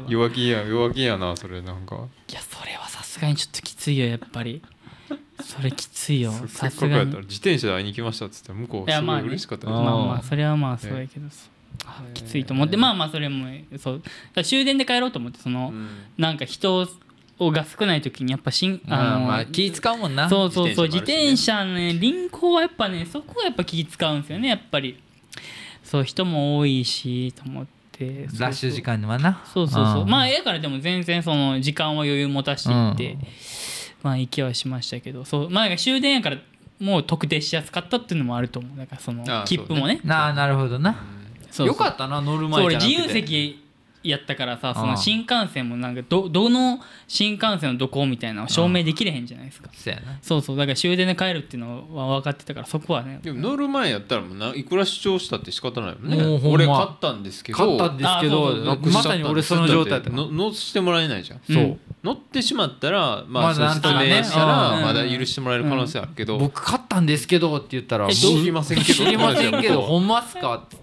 弱気や弱気やなそれなんかやそれはさすがにちょっときついよやっぱりそれきついよせっさかすくがやっにたら自転車で会いに来ましたっつって向こういやすまごあいね嬉しかったうねんまあまあそれはまあそうやけどそうあきついと思ってまあまあそれもそうだから終電で帰ろうと思ってそのうんなんか人をが少ない時にやっぱしんまああのまあ気使うもんなそうそうそう自自転転車ね輪行はやっぱねそこはやっぱ気使うんですよねやっぱりそう人も多いしと思ってそうそうラッシュ時間はなそうそうそうまああええからでも全然その時間を余裕持たしていって、うまあ行きはしましたけどそうまあなんか終電やからもう特定しやすかったっていうのもあると思うだからそのああ切符もねなあなるほどなそうそうよかったな乗るそう前俺じゃなく自て由席やったからさそあのあ新幹線もなんかどどの新幹線のどこみたいなのを証明できれへんじゃないですかそうやなそうそうだから終電で帰るっていうのは分かってたからそこはねでも乗る前やったらもうないくら主張したって仕方ないもんもうねほんま俺買ったんですけど買ったんですけあそうそうどそなうくしちゃまったさんにです俺その状態だっただっての乗してもらえないじゃんそう乗ってしまったらままあだ人なんでとしかねたうらんまだ許してもらえる可能性あるけど僕買ったんですけどって言ったらえもう知りませんけど知りませんけど ほんまっすかって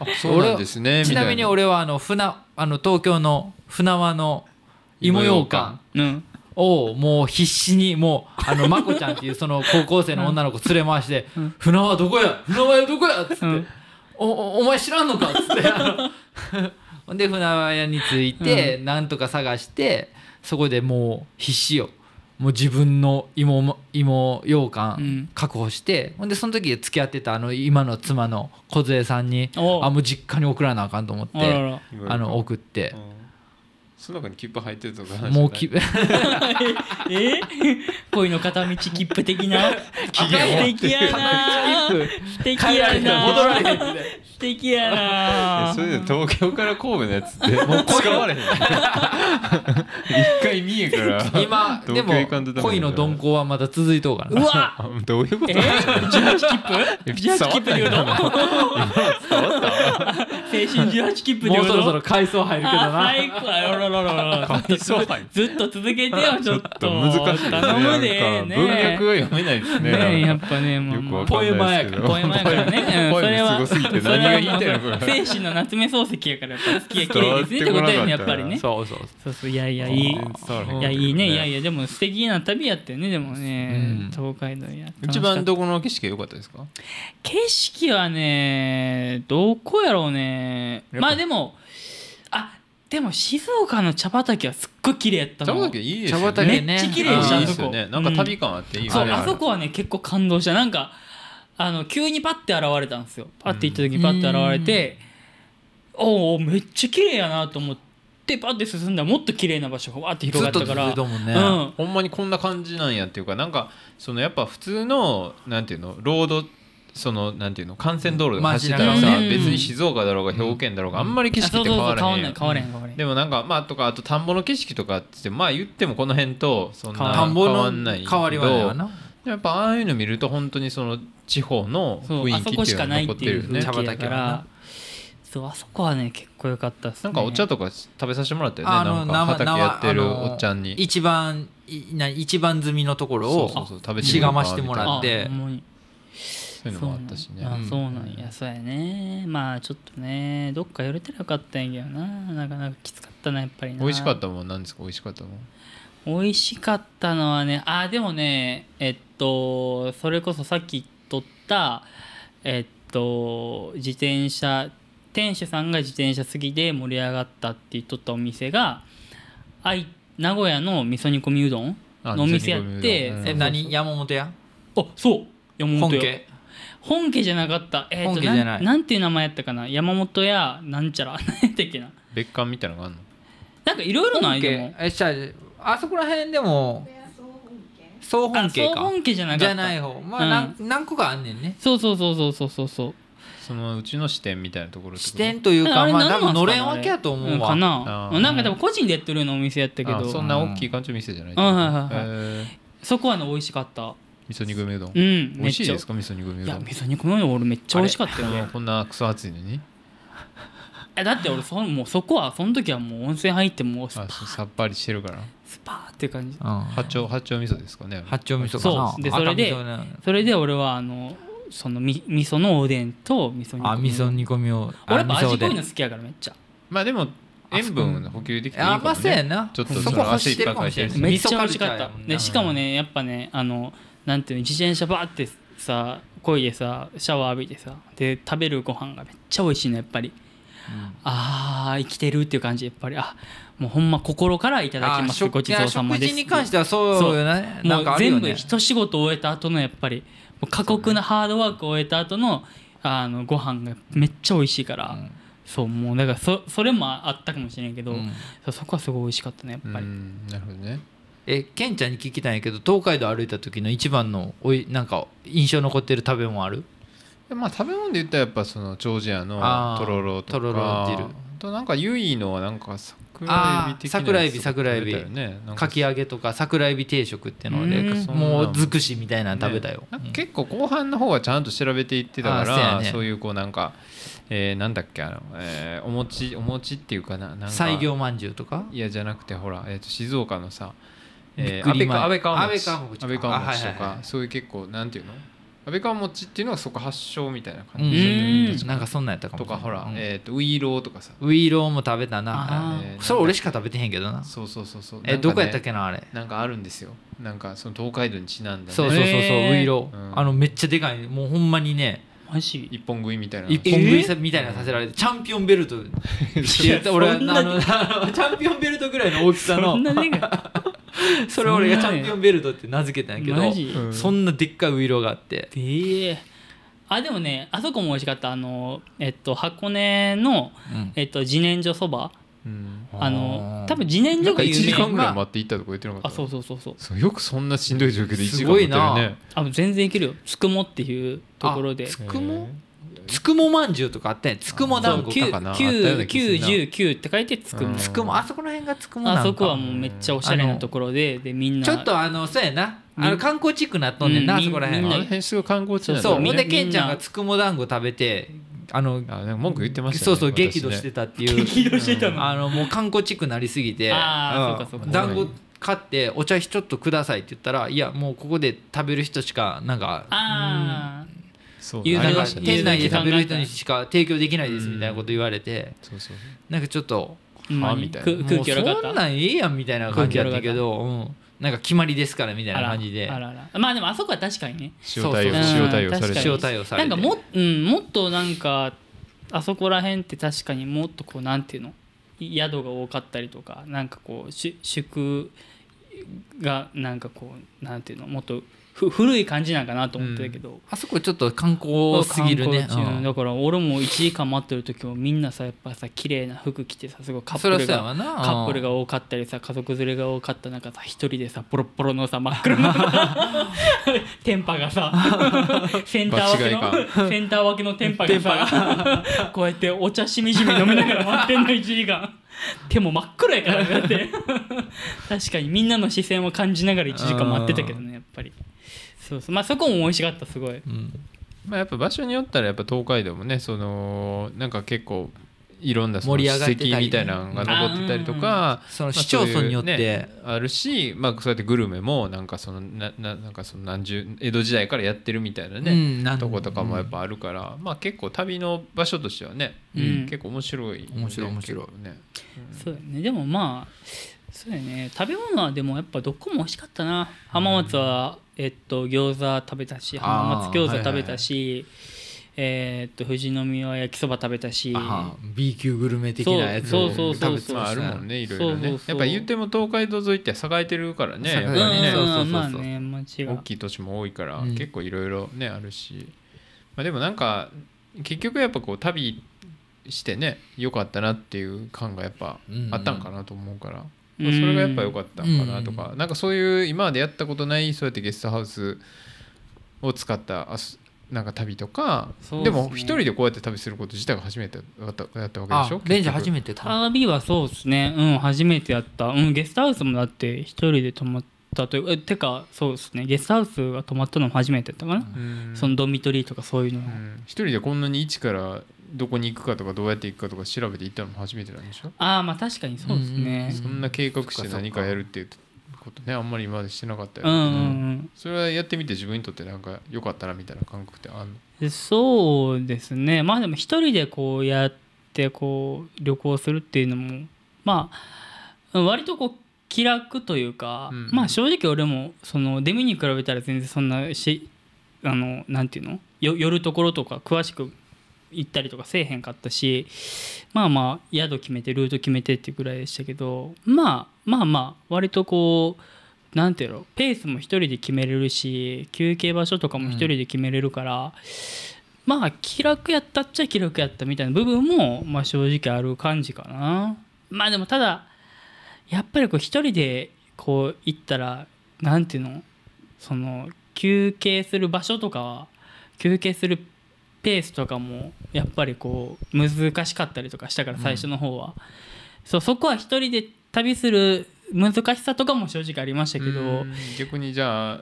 あそうなんですねちなみに俺はあの船あの東京の船輪の芋ようかんうんをもう必死にもうあのまこちゃんっていうその高校生の女の子連れ回して「うん船輪どこや船輪どこや」っつって、うんおお「お前知らんのか」っつってあの ほんで船輪屋に着いて、なんとか探してそこでもう必死よもう自分の芋も芋羊う羹ん確保して、ほんでその時付き合ってたあの今の妻の梢さんに「おうあもう実家に送らなあかん」と思っあらてらみたいなあの送って。うんその中に切符入ってるとかも うき え 恋の片道切符的な期限素敵やな素敵 やな戻られへん素敵やなそれで東京から神戸のやつってもう使われへん一回三重から 今で東も京行かんとダメだから恋の鈍行はまだ続いとうからうなわあ どういうことえ18切符18切符で言うの青春18切符でも言ううそろそろの回想入るけどな最高あららららら回想入るずっと続けてよちょっと難しいですね頼むでなんねか文脈が読めないですねねえやなんっかぱねもよう くわポかエんマなーいやですかけどらポエマやからね、うんポそれエムはすごすぎて何が言いたいのこれ精神の夏目漱石やからやっぱ好きや綺麗ですねってことやねやっぱりねそうそうそうそうそういやいやいい全然伝わらへんいやいいねいやいやでも素敵な旅やったよねでもね、うん東海道や一番楽しかっどこの景色が良かったですかた景色はねどこやろうねやっぱまあでもあでも静岡の茶畑はすっごい綺麗やった茶の畑いいですよね茶畑めっちゃ綺い麗でしたいあでそすよこねなんか旅感あっていいよねそうれあそこはね結構感動したなんかあの急にパッて現れたんですよパッて行った時にパッて現れて、おおめっちゃ綺麗やなと思ってパッて進んだらもっと綺麗な場所がわーって広ずがっっとた続かいらとうもんねうん ほんまにこんな感じなんやっていうかなんかそのやっぱ普通のなんていうのロードそのなんていうの幹線道路で走ってたら街さ中ね別に静岡だろうが兵庫県だろうがあんまり景あ色っそうてそう変そわうら変わへんやんんない変わらへん変わらへんでもなんかまあとかあと田んぼの景色とかっつってまあ言ってもこの辺とそんな田んぼ変わのんないけど変わりはないわなやっぱああいうの見ると本当にその地方のそう雰あ囲そ気こっていしうのがかない残っってていうるよ風ね茶景だ畑かはらなそうあそこはね結構良かったっすねなんかお茶とか食べさせてもらったよねなんか畑やってるおっちゃんに一番いな一番積みのところそうそうをそう食べしがましてもらみっいなてあほんまにそういうのもあったしねそうなんうんあそうなんやそうやねまあちょっとねどっか寄れたらよかったんやけどななかなかきつかったなやっぱりな美味しかったもんなんですか美味しかったもん美味しかったのはねあでもねえっとそれこそさっき撮ったえっと自転車店主さんが自転車好きで盛り上がったって言っとったお店があい名古屋の味噌煮込みうどんあのお店やって味噌煮込みうどんうんえ何山本やあそう山本本屋家本家じゃなかったえっ本と家じゃないんなんていう名前やったかな山本やなんちゃら 何やったっけな別館みたいなのがあるのなんかいろいろない本で家もえじゃああそこら辺でも総本あ家そうか本家じゃなかったじゃない方まあなん何個かあんねんねそうそうそうそうそうそうそうそのうちの支店みたいなところってこと支店というかあれまあ何な多んすか分ねのれんわけやと思んうわかなあーなんか多分個人でやってるようなお店やったけどあそそんな大きい感じの店じゃないうんはいはいはいえーこはね美味しかった味噌煮込みうどんうん美めっ味しいちゃですか味噌煮込みういどやん味噌煮込みの俺めっちゃ美味しかったよあねこんなクソ暑いのに えだって俺そもうそこはその時はもう温泉入ってもうスパあそうさっぱりしてるからスパーっていう感じうん八丁八丁味噌ですかね八丁味噌かなそうでそれで赤味噌ねそれで俺はあのそのみ味噌のおでんと味噌煮込みあ味噌煮込みをあ俺やっぱ味噌味濃いでの好きやからめっちゃまあでも塩分補給できていいかあまもあそうねやなちょっとそそこの欲してるかもしれな汗いいめっ味ちゃ美噌カル味しチャかっーやたもんなでしかもねやっぱねあのなんていうの自転車バーってさこいでさシャワー浴びてさで食べるご飯がめっちゃ美味しいのやっぱりうんあー生きてるっていう感じやっぱりあもうほんま心からいただきまあす食ごちそうさまでいや食す事に関してはそうよねなもんかうあるよ全部ね一仕事終えた後のやっぱりもう過酷なハードワークを終えた後のあのご飯がめっちゃ美味しいから、うんそうもうだからそそれもあったかもしれんけど、うんそうそこはすごい美味しかったねやっぱり、うんなるほどねえケンちゃんに聞きたいんやけど東海道歩いた時の一番のおいなんか印象残ってる食べ物あるでまあ食べ物で言ったらやっぱその長寿屋のあーとろろとかとろろ汁あとなんかゆいのはなんか桜あエビー的な桜エやビつ桜エビ食べたよねなんかき揚げとか桜エビ定食ってのでうんもう尽くしみたいなの食べたよ、ねなんか結構後半の方はちゃんと調べていってたかあそうやら、ねそういうこうなんか、えーなんだっけあの、えーお餅お餅っていうかななんか西行まんじゅうとかいやじゃなくてほら、えー、と静岡のさ、びえー、っく安り倍前川安倍川餅安倍川餅か安倍川餅とあはいはいかはいそういう結構なんていうの安倍川餅っていうのがそこ発祥みたいなうん感じ、うんなんかそんなんやったかともしかれないほら、うんえー、とウイローとかさウイローも食べたなあーえーそれ俺しか食べてへんけどなそうそうそうそうえなんかねどこやったっけなあれなんかあるんですよなんかその東海道にちなんだ、ね、そうそうそうそう、へーウイロうー、んあのめっちゃでかいもうほんまにねマジ一本食いみたいな一本食いさみたいなのさせられて、チャンピオン ベルトって俺あそんのなあのチ ャンピオンベルトぐらいの大きさそのんなねがそれ俺がチそんなねャンピオンベルトって名付けたんやけどマジうんそんなでっかいウイローがあってであでもねあそこも美味しかったあのえっと箱根の、えっと、自然薯そばうん、あのあー多分自然な薯んか1が有時名間ぐらい待って行ったとか言ってなかったあそうそうそうそうそうよくそんなしんどい状況で1時す間ご待っいてなるねあ全然いけるよつくもっていうところであつくもつくもまんじゅうとかあったやんつくも団子あそうとかなあったような気がするな999って書いてつくもうんつくもあそこら辺がつくもなんかあそこはもうめっちゃおしゃれなところででみんなちょっとあのそうやなうんあの観光地区なっとんねんな、うんあそこらあみのん辺な辺すごい観光地なんだそうよほんねでケンちゃんがつくも団子食べてあのあなんか文句言ってましたそうそう激怒してたたっていう激怒してたのあのもう観光地区なりすぎてあーそううんかそうか団子買ってお茶ちょっとくださいって言ったらいやもうここで食べる人しかなんかああそう言うなんありかましたね店内で食べる人にしか提供できないですみたいなこと言われてそうそうなんかちょっとあまあみたいなく空気悪かもうそっんたなんええやんみたいな感じやったけど、うん、なんか決まりですからみたいなあら感じであらあらまあでもあそこは確かにね塩対応そうそう塩対応されて確かに塩対応さなれんてかも,、うん、もっとなんかあそこら辺って確かにもっとこうなんていうの宿が多かったりとかなんかこうし宿がなんかこうなんていうのもっとふ古い感じなんかなと思ってたけど、あそこちょっと観光すぎるね観光地うんだから俺も1時間待ってる時もみんなさやっぱさ綺麗な服着てさすごいカップそりゃルそうやがわなカップルが多かったりさ家族連れが多かった中さ一人でさボロッボロのさ真っ黒の テンパが さセンター場違分けのセンター分けのテンパがさ こうやってお茶しみじみ飲みながら待ってんの1時間手も真っ黒やからねだって 確かにみんなの視線を感じながら1時間待ってたけどねやっぱりそうそうまあそこも美味しかったすごいうんまあやっぱ場所によったらやっぱ東海道もねそのなんか結構いろんなその盛り上がってたりね史跡みたいなのが残ってたりとか、そまあの市町村によっそういうてねあるし、まあ、そうやってグルメもなんかそのなななんかその何十江戸時代からやってるみたいなね、うんなんとことかもやっぱあるから、まあ結構旅の場所としてはね、うん結構面白いよね、面白い面白い結構ねそうだねでもまあそうだね食べ物はでもやっぱどこも美味しかったな浜松は、えっと餃子食べたしあー浜松餃子食べたし、えーっと富士宮は焼きそば食べたしあは B 級グルメ的なやつそをうそうそうそう食べてまあまあしるたもんねいろいろねそうそうそうやっぱ言っても東海道沿いって栄えてるからね栄えてやっるうぱんりね、そうそうそうそうまあね間違い大きい都市も多いから、うん結構いろいろねあるし、まあ、でもなんか結局やっぱこう旅してね良かったなっていう感がやっぱうんうんあったんかなと思うから、うまんあそれがやっぱ良かったんかなとか、うなんかそういう今までやったことないそうやってゲストハウスを使ったあすなんか旅とかで,、そうですねも一人でこうやって旅すること自体が初めてだっただったわけであしょレンジャー初結局めて食べた旅はそうですねうん初めてやったうんゲストハウスもだって一人で泊まったというえてかそうですねゲストハウスが泊まったのも初めてやったかな、うんそのドミトリーとかそういうの、うん一人でこんなに一からどこに行くかとかどうやって行くかとか調べて行ったのも初めてなんでしょああまあ確かにそうですねそんな計画して何かやるっていうことねあんまり今までしてなかったよね、うんうんうんそれはやってみて自分にとってなんか良かったなみたいな感覚ってあるのでそうですねまあでも一人でこうやってこう旅行するっていうのもまあ割とこう気楽というか、うんまあ正直俺もそのデミに比べたら全然そんなしあのなんていうのよ寄るところとか詳しく行ったりとかせえへんかったしまあまあ宿決めてルート決めてっていうぐらいでしたけどまあまあまあ割とこうなんていうのペースも一人で決めれるし休憩場所とかも一人で決めれるから、まあ気楽やったっちゃ気楽やったみたいな部分も、まあ、正直ある感じかなまあでもただやっぱりこう一人でこう行ったらなんていうのその休憩する場所とかは休憩するペースとかもやっぱりこう難しかったりとかしたから最初の方は、そうそこは一人で旅する難しさとかも正直ありましたけど、うん逆にじゃあ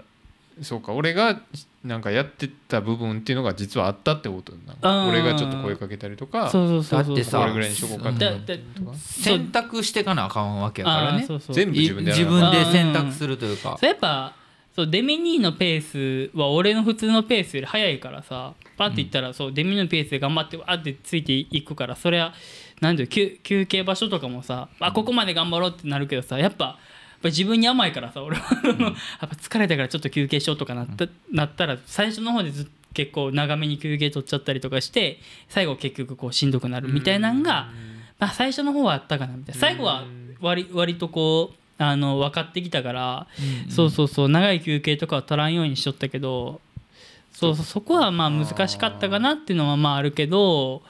そうか俺がなんかやってた部分っていうのが実はあったってことなうのん俺がちょっと声かけたりとかそうそうそうそうだってさこれぐらいにしとこうかとかだだとか選択してかなあかんわけやからあーねそうそう全部い自自分分ででやらなあかん選択するというかそうやっぱそうデミニーのペースは俺の普通のペースより速いからさパッていったら、そうデミニーのペースで頑張ってわーってついていくからそれはなんていうの休休憩場所とかもさあここまで頑張ろうってなるけどさやっぱやっぱ自分に甘いからさ俺は、 やっぱ疲れたからちょっと休憩しようとかなった,、なったら最初の方でずっと結構長めに休憩取っちゃったりとかして最後結局こうしんどくなるみたいなんが、まあ、最初の方はあったかなみたいな最後は割割とこうあの分かってきたから、そうそうそう長い休憩とかは取らんようにしとったけどそうそうそこはまあ難しかったかなっていうのはまああるけど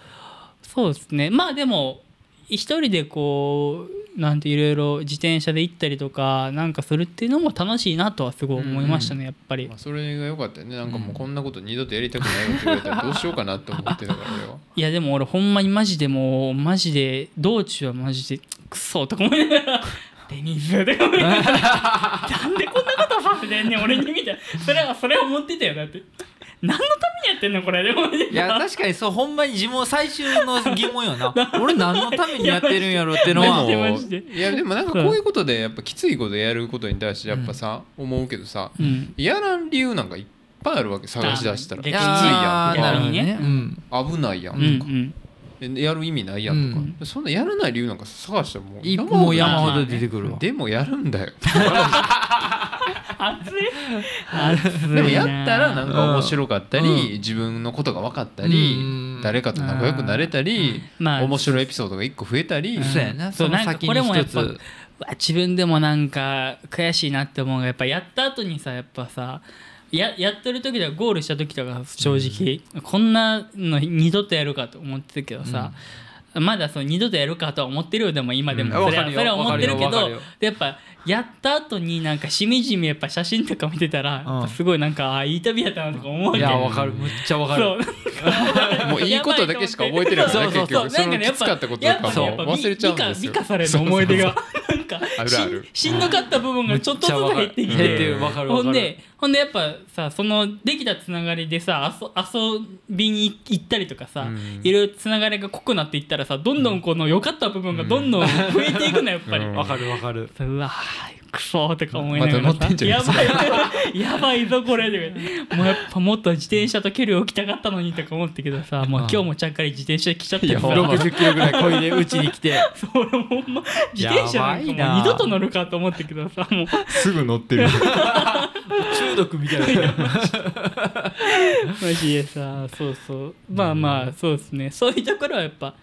そうですねまあでも一人でこうなんていろいろ自転車で行ったりとかなんかするっていうのも楽しいなとはすごい思いましたね、やっぱりまあ、それが良かったよねなんかもうこんなこと二度とやりたくないよって言われたらどうしようかなって思ってたから俺はいやでも俺ほんまにマジでもうマジで道中はマジでクソとか思いなが ら「デニーズ」とか 思いながら「なんでこんなことさせてんねん俺に」みたいなそれはそれを思ってたよだって何のためにやってんのこれでもいや確かにそうほんまに自分最終の疑問 よな俺何のためにやってるんやろってのマジはで マジでいやでもなんかこういうことでやっぱきついことやることに対してやっぱさ、思うけどさうんやらん理由なんかいっぱいあるわけ探し出したらできついきやんあーとなるかほどね、うん、危ないやんうとんかう、んえやる意味ないやんとか、そんなやらない理由なんか探したらもういほどもう山ほど出てくるわ、でもやるんだ よ熱い熱いなでもやったらなんか面白かったり、うん自分のことが分かったり、うん誰かと仲良くなれたり、まあ面白いエピソードが一個増えたり、そうやなそうその先になんかこれもや一っぱつうわ自分でもなんか悔しいなって思うのがやっぱやった後にさやっぱさややってる時とかゴールした時とか正直、こんなの二度とやるかと思ってたけどさ、まだその二度とやるかとは思ってるよでも今でもうそんれは,、わかるよそれは思ってるけわかどるよわかるよでやっぱやった後になんかしみじみやっぱ写真とか見てたら、うんやっぱすごいなんかあーいい旅やったなとか思うわけいやわかるむっちゃわかる もういいことだけしか覚えてないからねそうそうそう結局なんかねそのきつかったこととやぱかもやっぱ忘れちゃうんですよ美化美化される思い出がなんかあるあるしんしんどかった部分がちょっとずつ減ってきめっちゃわかる減っててるわかるわほかるんでほんでやっぱさそのできたつながりでさ遊遊びに行ったりとかさうんいろいろつながりが濃くなっていったらさどんどんこの良かった部分がどんどん増えていくのやっぱり。うんわかるわかるうわークソーとか思いながらまた乗ってんじゃやんばい やばいぞこれでもうやっぱもっと自転車と距離を置きたかったのにとか思ったけどさもう今日もちゃっかり自転車で来ちゃったい よやほんま60キロぐらいこいでうちに 来てそう俺もほんま自転車なんかもうやばいな二度と乗るかと思ったけどさもうすぐ乗ってる中毒みたいなマジでさそうそうまあまあそうですねそういうところはやっぱ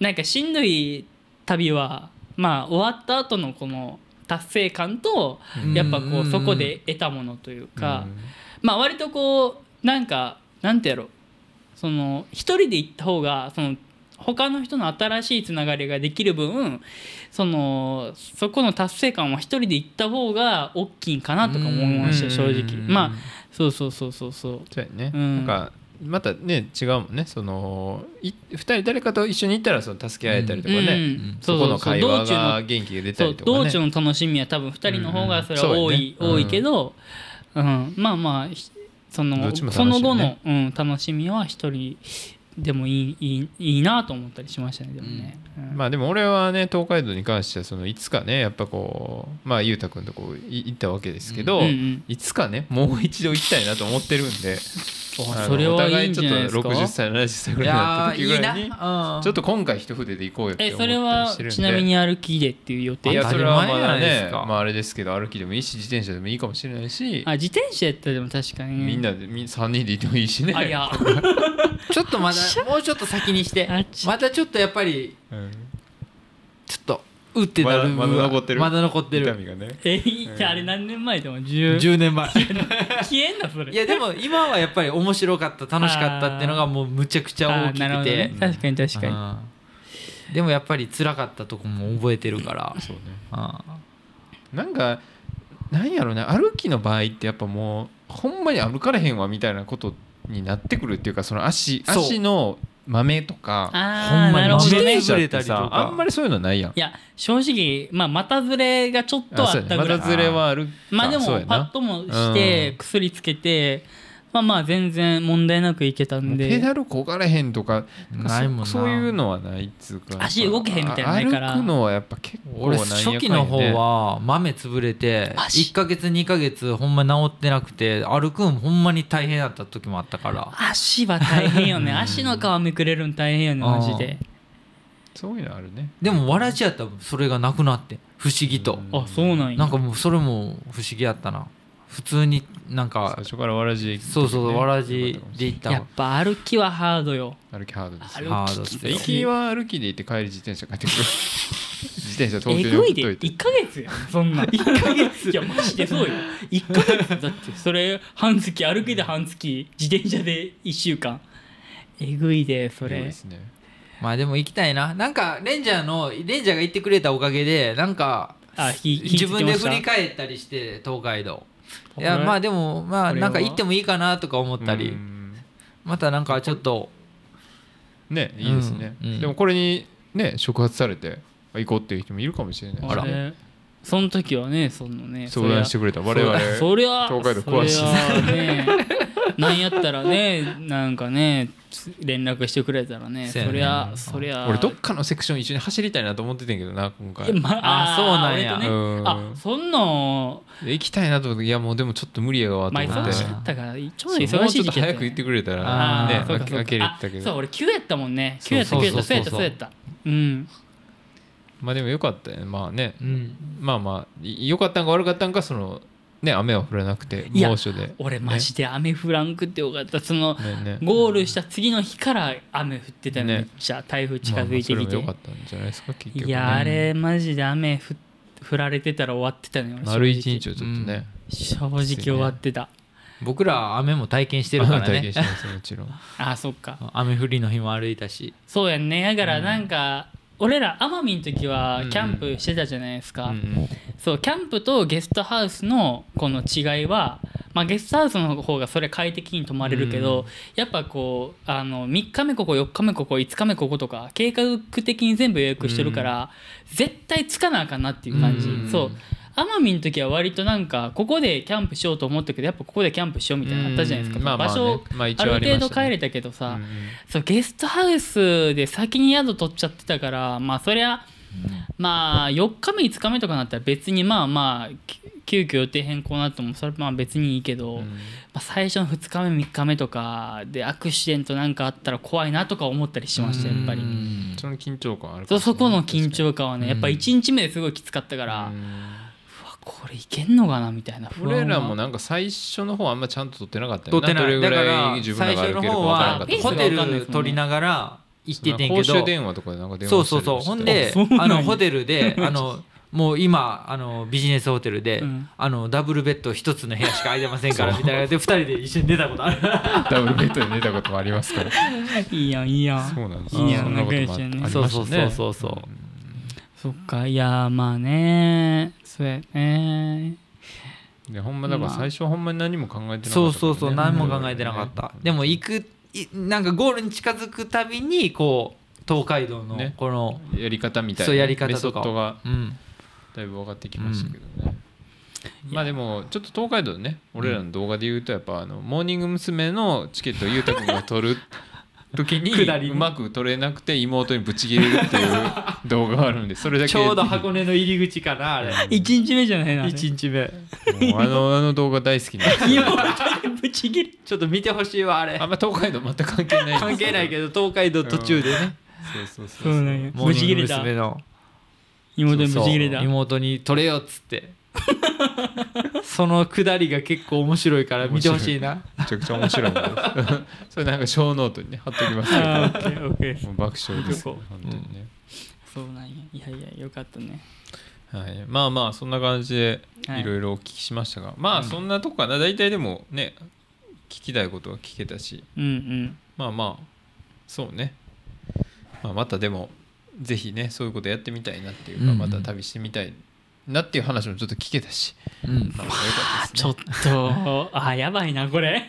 なんかしんどい旅はまあ終わった後のこの達成感とうんやっぱこうそこで得たものというか、まあ割とこうなんかなんてやろうその一人で行った方がその他の人の新しいつながりができる分そのそこの達成感は一人で行った方が大きいんかなとかも思いました正直まあそうそうそうそうそうそうやね、うんなんかまたね違うもんねそのい2人誰かと一緒に行ったらその助け合えたりとかね、うんそこの会そうそ話うそう道中がの元気が出たそうりとか道ね中の楽しみは多分2人の方がそれうはんうん多い、そうやね多いけど、うん、まあまあひその、どっちも楽しそいねの後の、うん、楽しみは1人でもいいいいいいなと思ったりしましたねでもね、うんまあでも俺はね東海道に関してはそのいつかねやっぱこうまあ裕太君とこうい行ったわけですけど、うんうんいつかねもう一度行きたいなと思ってるんであのそれはいいんじゃないでおすか互ちょっと60歳70歳ぐいらいになっやたー時いぐいらいに なうんちょっと今回一筆で行こうよってえ思っそたりれはしてるんでちなみに歩きでっていう予い定やあそれはま当だたり前じゃないでねすかまああれですけど歩きでもいいし自転車でもいいかもしれないし自転車やったらでも確かにねみんなでみ3人で行ってもいいしねあいやちょっとまだもうちょっと先にしてあっちまたちょっとやっぱりうんちょっとうってなるまだまだ残ってるまだ残って痛るみがねえいやあれ何年前でも10 10年 前消えんなそれいやでも今はやっぱり面白かった楽しかったっていうのがもうむちゃくちゃ大あきーなるほくどてね確かに確かにうんでもやっぱり辛かったとこも覚えてるからそうねうんなんかなんやろうね歩きの場合ってやっぱもうほんまに歩かれへんわみたいなことになってくるっていうかその足そう足の豆とかああなるほ自ど豆ね転車いって自転車とさかあんまりそういうのないやん。や正直まあ股ずれがちょっとああそうっやたねまぐらいたずれはあるかまあでそうもやパなッともしてうん薬つけてまあまあ全然問題なくいけたもんうペでダルこがれへんとかないもんなそそういうのはないっつうか足動けへんみたいなのないから歩くのはやっぱ結構俺なんやかん初や期の方ねは豆潰れてマジ1ヶ月2ヶ月ほんま治ってなくて歩くんほんまに大変だった時もあったから足は大変 よね足の皮めくれるの大変よねマジでそういうのあるねでもわらじやったらそれがなくなって不思議とうんあそうなんやなんかもうそれも不思議やったな普通にな最んか初からわらじで行くとそねうそうわらじで行ったやっわぱ歩きはハードよ歩きハードですハー歩ドっききすでよ行きは歩きで行って帰り自転車帰ってく る自転車東え京にぐ送いっでといて1ヶ月やん そんな1ヶ月いやマジでそうよ1ヶ月だってそれ半月歩きで半月自転車で1週間えぐいでそすごいれですねまあでも行きたいななんかレンジャーのレンジャーが行ってくれたおかげでなんかあひひ自分で振り返返ったりして東海道い東や海まあでもまあこれなはんか行ってもいいかなとか思ったうりんまたなんかちょっとねいいですね、うんうんでもこれにね触発されてあ行こうっていう人もいるかもしれないああられその時はねそのね相談してくれた我々そりゃ東海道詳しいそりゃねなんやったらねなんかねつ連絡してくれたらねそうやそねりゃそりゃ俺どっかのセクション一緒に走りたいなと思っててんけどな今回いやまああそうなんや俺とねうんあそんなんで行きたいなと思っていやもうでもちょっと無理やわと思まあって忙しそうかそったからちょううどもう忙しちいょっ時と期やっ早たよくね言ってくれたらあーねそうかそうあかけれたけあそうど俺9やったもんね9やったそう9そやった9やうったそうそう9やったうんまあでもよかったよねまあねうんまあまあい良かったんか悪かったんかそのね雨は降らなくていや猛暑で俺マジで雨降らんくってよかったそのねねゴールした次の日から雨降ってたのねめっちゃ台風近づいてまあまあそれきもて良かったんじゃないですか結局ねいやあれマジで雨降降られてたら終わってたね俺丸一日正直はちょっとね正直終わってた僕ら雨も体験してるから体験ねしてますもちろんあそっか雨降りの日も歩いたしそうやんねだからなんか俺ら奄美の時はキャンプしてたじゃないですか、うんそうキャンプとゲストハウスのこの違いは、まあ、ゲストハウスの方がそれ快適に泊まれるけど、やっぱこうあの3日目ここ4日目ここ5日目こことか計画的に全部予約してるから、絶対つかなあかんなっていう感じ、うんそう奄美の時は割となんかここでキャンプしようと思ったけどやっぱここでキャンプしようみたいなのあったじゃないですか、うんまあまあ場ね所、まあ一あ応るありましたね程度帰れたけどさ、うんうんそうゲストハウスで先に宿取っちゃってたからまあそりゃまあ4日目5日目とかなったら別にまあまあき急遽予定変更になってもそれはまあ別にいいけど、まあ、最初の2日目3日目とかでアクシデントなんかあったら怖いなとか思ったりしましたやっぱうりんその緊張感あるかそもしれうそないこの緊張感はねうんやっぱ1日目ですごいきつかったから、ううわんこれいけんのかなみたいな不安は俺らもなんか最初の方あんまちゃんと撮ってなかったよ撮ってどなれいぐだからいら自分ら最が初歩のけるか方分からんかはった最も初ホんねの方わかテんないですもんねル取りながら行っててん公け衆ど電話とかでなんか電そう話そうそうほんでそうなのあのホテルで あのもう今あのビジネスホテルで、うんあのダブルベッド一つの部屋しか空いてませんからみたいなで2人で一緒に出たことあるダブルベッドで寝たこともありますからいいやんいいやんそうなんですいいやんそんななんこかと一もあ緒りにねましたそうねそうそうそうそうそっかいやまあねそうやねでほんまだから最初はほんまに何も考えてなかったからねそうそうそう何も考えてなかった、うんでも行くいなんかゴールに近づくたびにこう東海道のねこの、やり方みたいなそうやり方メソとかッドがうんだいぶ分かってきましたけどね、まあでもちょっと東海道ね俺らの動画で言うとやっぱあのモーニング娘。のチケットを裕太君が取る時に 下りねうまく取れなくて妹にぶち切れる っていう動画があるんでそれだけちょうど箱根の入り口かなあれ 1日目じゃないな1日目もうあのあの動画大好きなんです よ今ぶち切れちょっと見てほしいわあれあんま東海道全く関係ないんです関係ないけど東海道途中でね、そうそうそうそうなんやぶち切れたモーニング娘の妹にぶち切れたそう妹に取れよっつって そのくだりが結構面白いから見てほしいなめちゃくちゃ面白いんで それなんか小ノートにね貼っときますけどあーオッケーオッケーもう爆笑 ですよどこ本当にね、そうなんやいやいやよかったねはい、まあまあそんな感じではいいろいろお聞きしましたが、まあそんなとこかな大体でもね聞きたいことは聞けたしうんうんまあまあそうね、まあ、またでもぜひねそういうことやってみたいなっていうか、うんうんまた旅してみたいなっていう話もちょっと聞けたし、うんまあ、よかったでちすょねっとあやばいなこ れ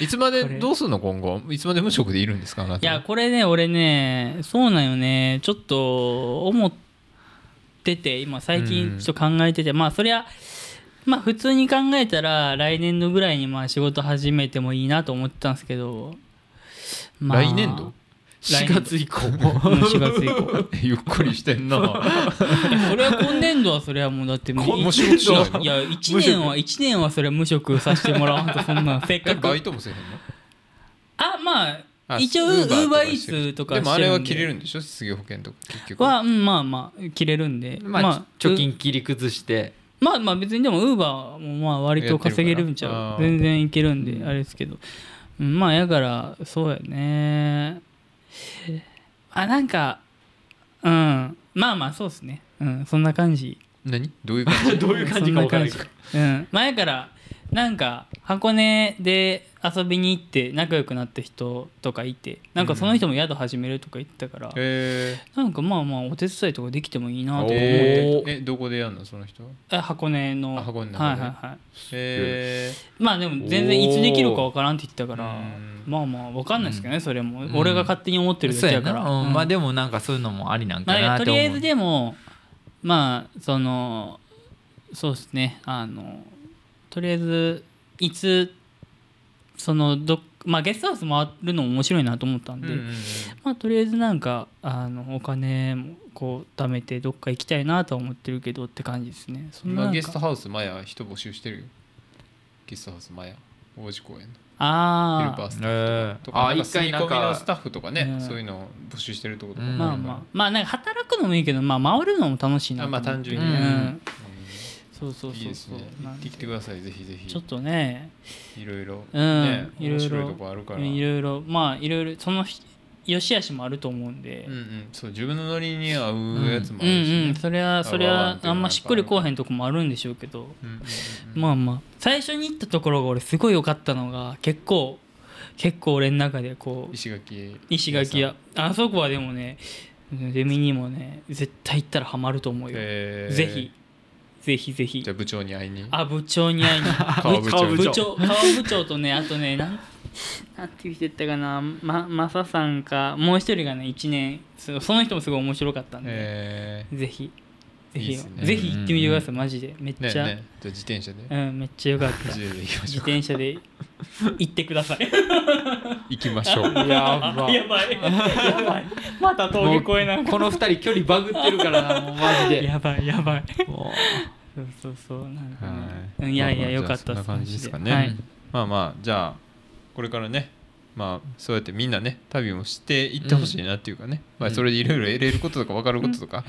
いつまでこれどうすんの今後いつまで無職でいるんですかあなたいやこれね俺ねそうなんよねちょっと思ってて今最う近んちょっと考えてて、まあそりゃまあ普通に考えたら来年度ぐらいにまあ仕事始めてもいいなと思ってたんですけど、まあ来年度来年4度月以降うん4月以降 ゆっくりしてんなそれは今年度はそれはもうだってもこもう仕事しないのいや1年は1年はそれは無職させてもらわんとそんなせっえかバイくトもせえへんの あまああ一応ウ Uber とかーバーイしてるーツとかでもあしてれるはん切れるんでしょ失業保険とか結局は、うん、まあまあ切れるんで まあ、貯金切り崩してまあまあ別にでもウーバーもまあ割と稼げるんちやゃっうてるから全然いけるんであれですけど、うん、まあやからそうやねあなんかうんまあまあそうですねうんそん な感じ何どういう感じどういう感じか分からんけどそんな感じうん前からなんか箱根で遊びに行って仲良くなった人とかいてなんかその人も宿始めるとか言ってたから、えなんかまあまあお手伝いとかできてもいいなと思ってええどこでやるのその人え箱根のあ箱根のは中ねいはいはいえまあでも全然いつできるかわからんって言ってたからうんまあまあわかんないですけどねそれもん俺が勝手に思ってるだそうけややからな、うんうんまあでもなんかそういうのもありなんかまあなとりと思あう、えずでもまあそのそうですねあのとりあえずいつそのどっまあゲストハウス回るのも面白いなと思ったんーで、うんうんうんまあとりあえずなんかあのお金もこう貯めてどっか行きたいなとは思ってるけどって感じですねそんな今なんゲストかハウスマヤ人募集してるよゲストハウスマヤ王子公園のヘルあパーあスタッフええとかあなんか一住回みなん込みのかスタッフとかね、うんそういうのを募集してるとことかうんまあまあまあなんか働くのもいいけどまあ回るのも楽しいなあまあ単純にうね、んそうそうそういいですそうね行ってきてくださいぜひぜひちょっとねいろいろ、うんねいろいろ面白いとこあるからいろいろまあいろいろその日良し悪しもあると思うんで、うんうん、そう自分のノリに合うやつもあうるし、ねんうんそれはそれ合わんはっていうのはやっぱあんましっくりこうへんとこもあるんでしょうけど、うんうんうんまあまあ最初に行ったところが俺すごい良かったのが結構結構俺の中でこう石垣石垣屋あそこはでもねゼミにもね絶対行ったらハマると思うよ、えーぜひぜひぜひじゃあ部長に会いにあ部長に会いに川部長部長川部長とねあとねなんなんていう人やったかなまマサさんかもう一人がね1年そうその人もすごい面白かったんで、えぜひぜひいいっすねぜひ行ってみてくださいマジでめっー、ねちゃ、ねじゃあ自転車でうんめっちゃよかった自転車で行きま自 しょ転車で行ってくださいう行きましょうやあやばいやばいまた峠越えな もうこの二人距離バグってるからなもうマジでやばいやばいもそうそうそうなんかねはうんいやいやよかったまあまあじゃあそんな感じですかね、マジではいまあまあじゃあこれからねまあそうやってみんなね旅もしていってほしいなっていうかね、まあ、それでいろいろ得れることとか分かることとか、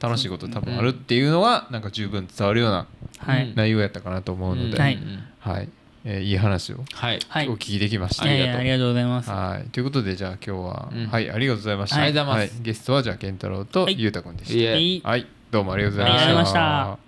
楽しいこと多分あるっていうのはなんか十分伝わるようなはういん内容やったかなと思うので、うはいはいえーいい話をはいはいお聞きできました、いやいやありがとうございますはいということでじゃあ今日は、うんはいありがとうございました、はいありがとうございますゲストはじゃあ健太郎とはいゆうたくんでした、いえいいはい、どうもありがとうございあまりがとうございまししたた。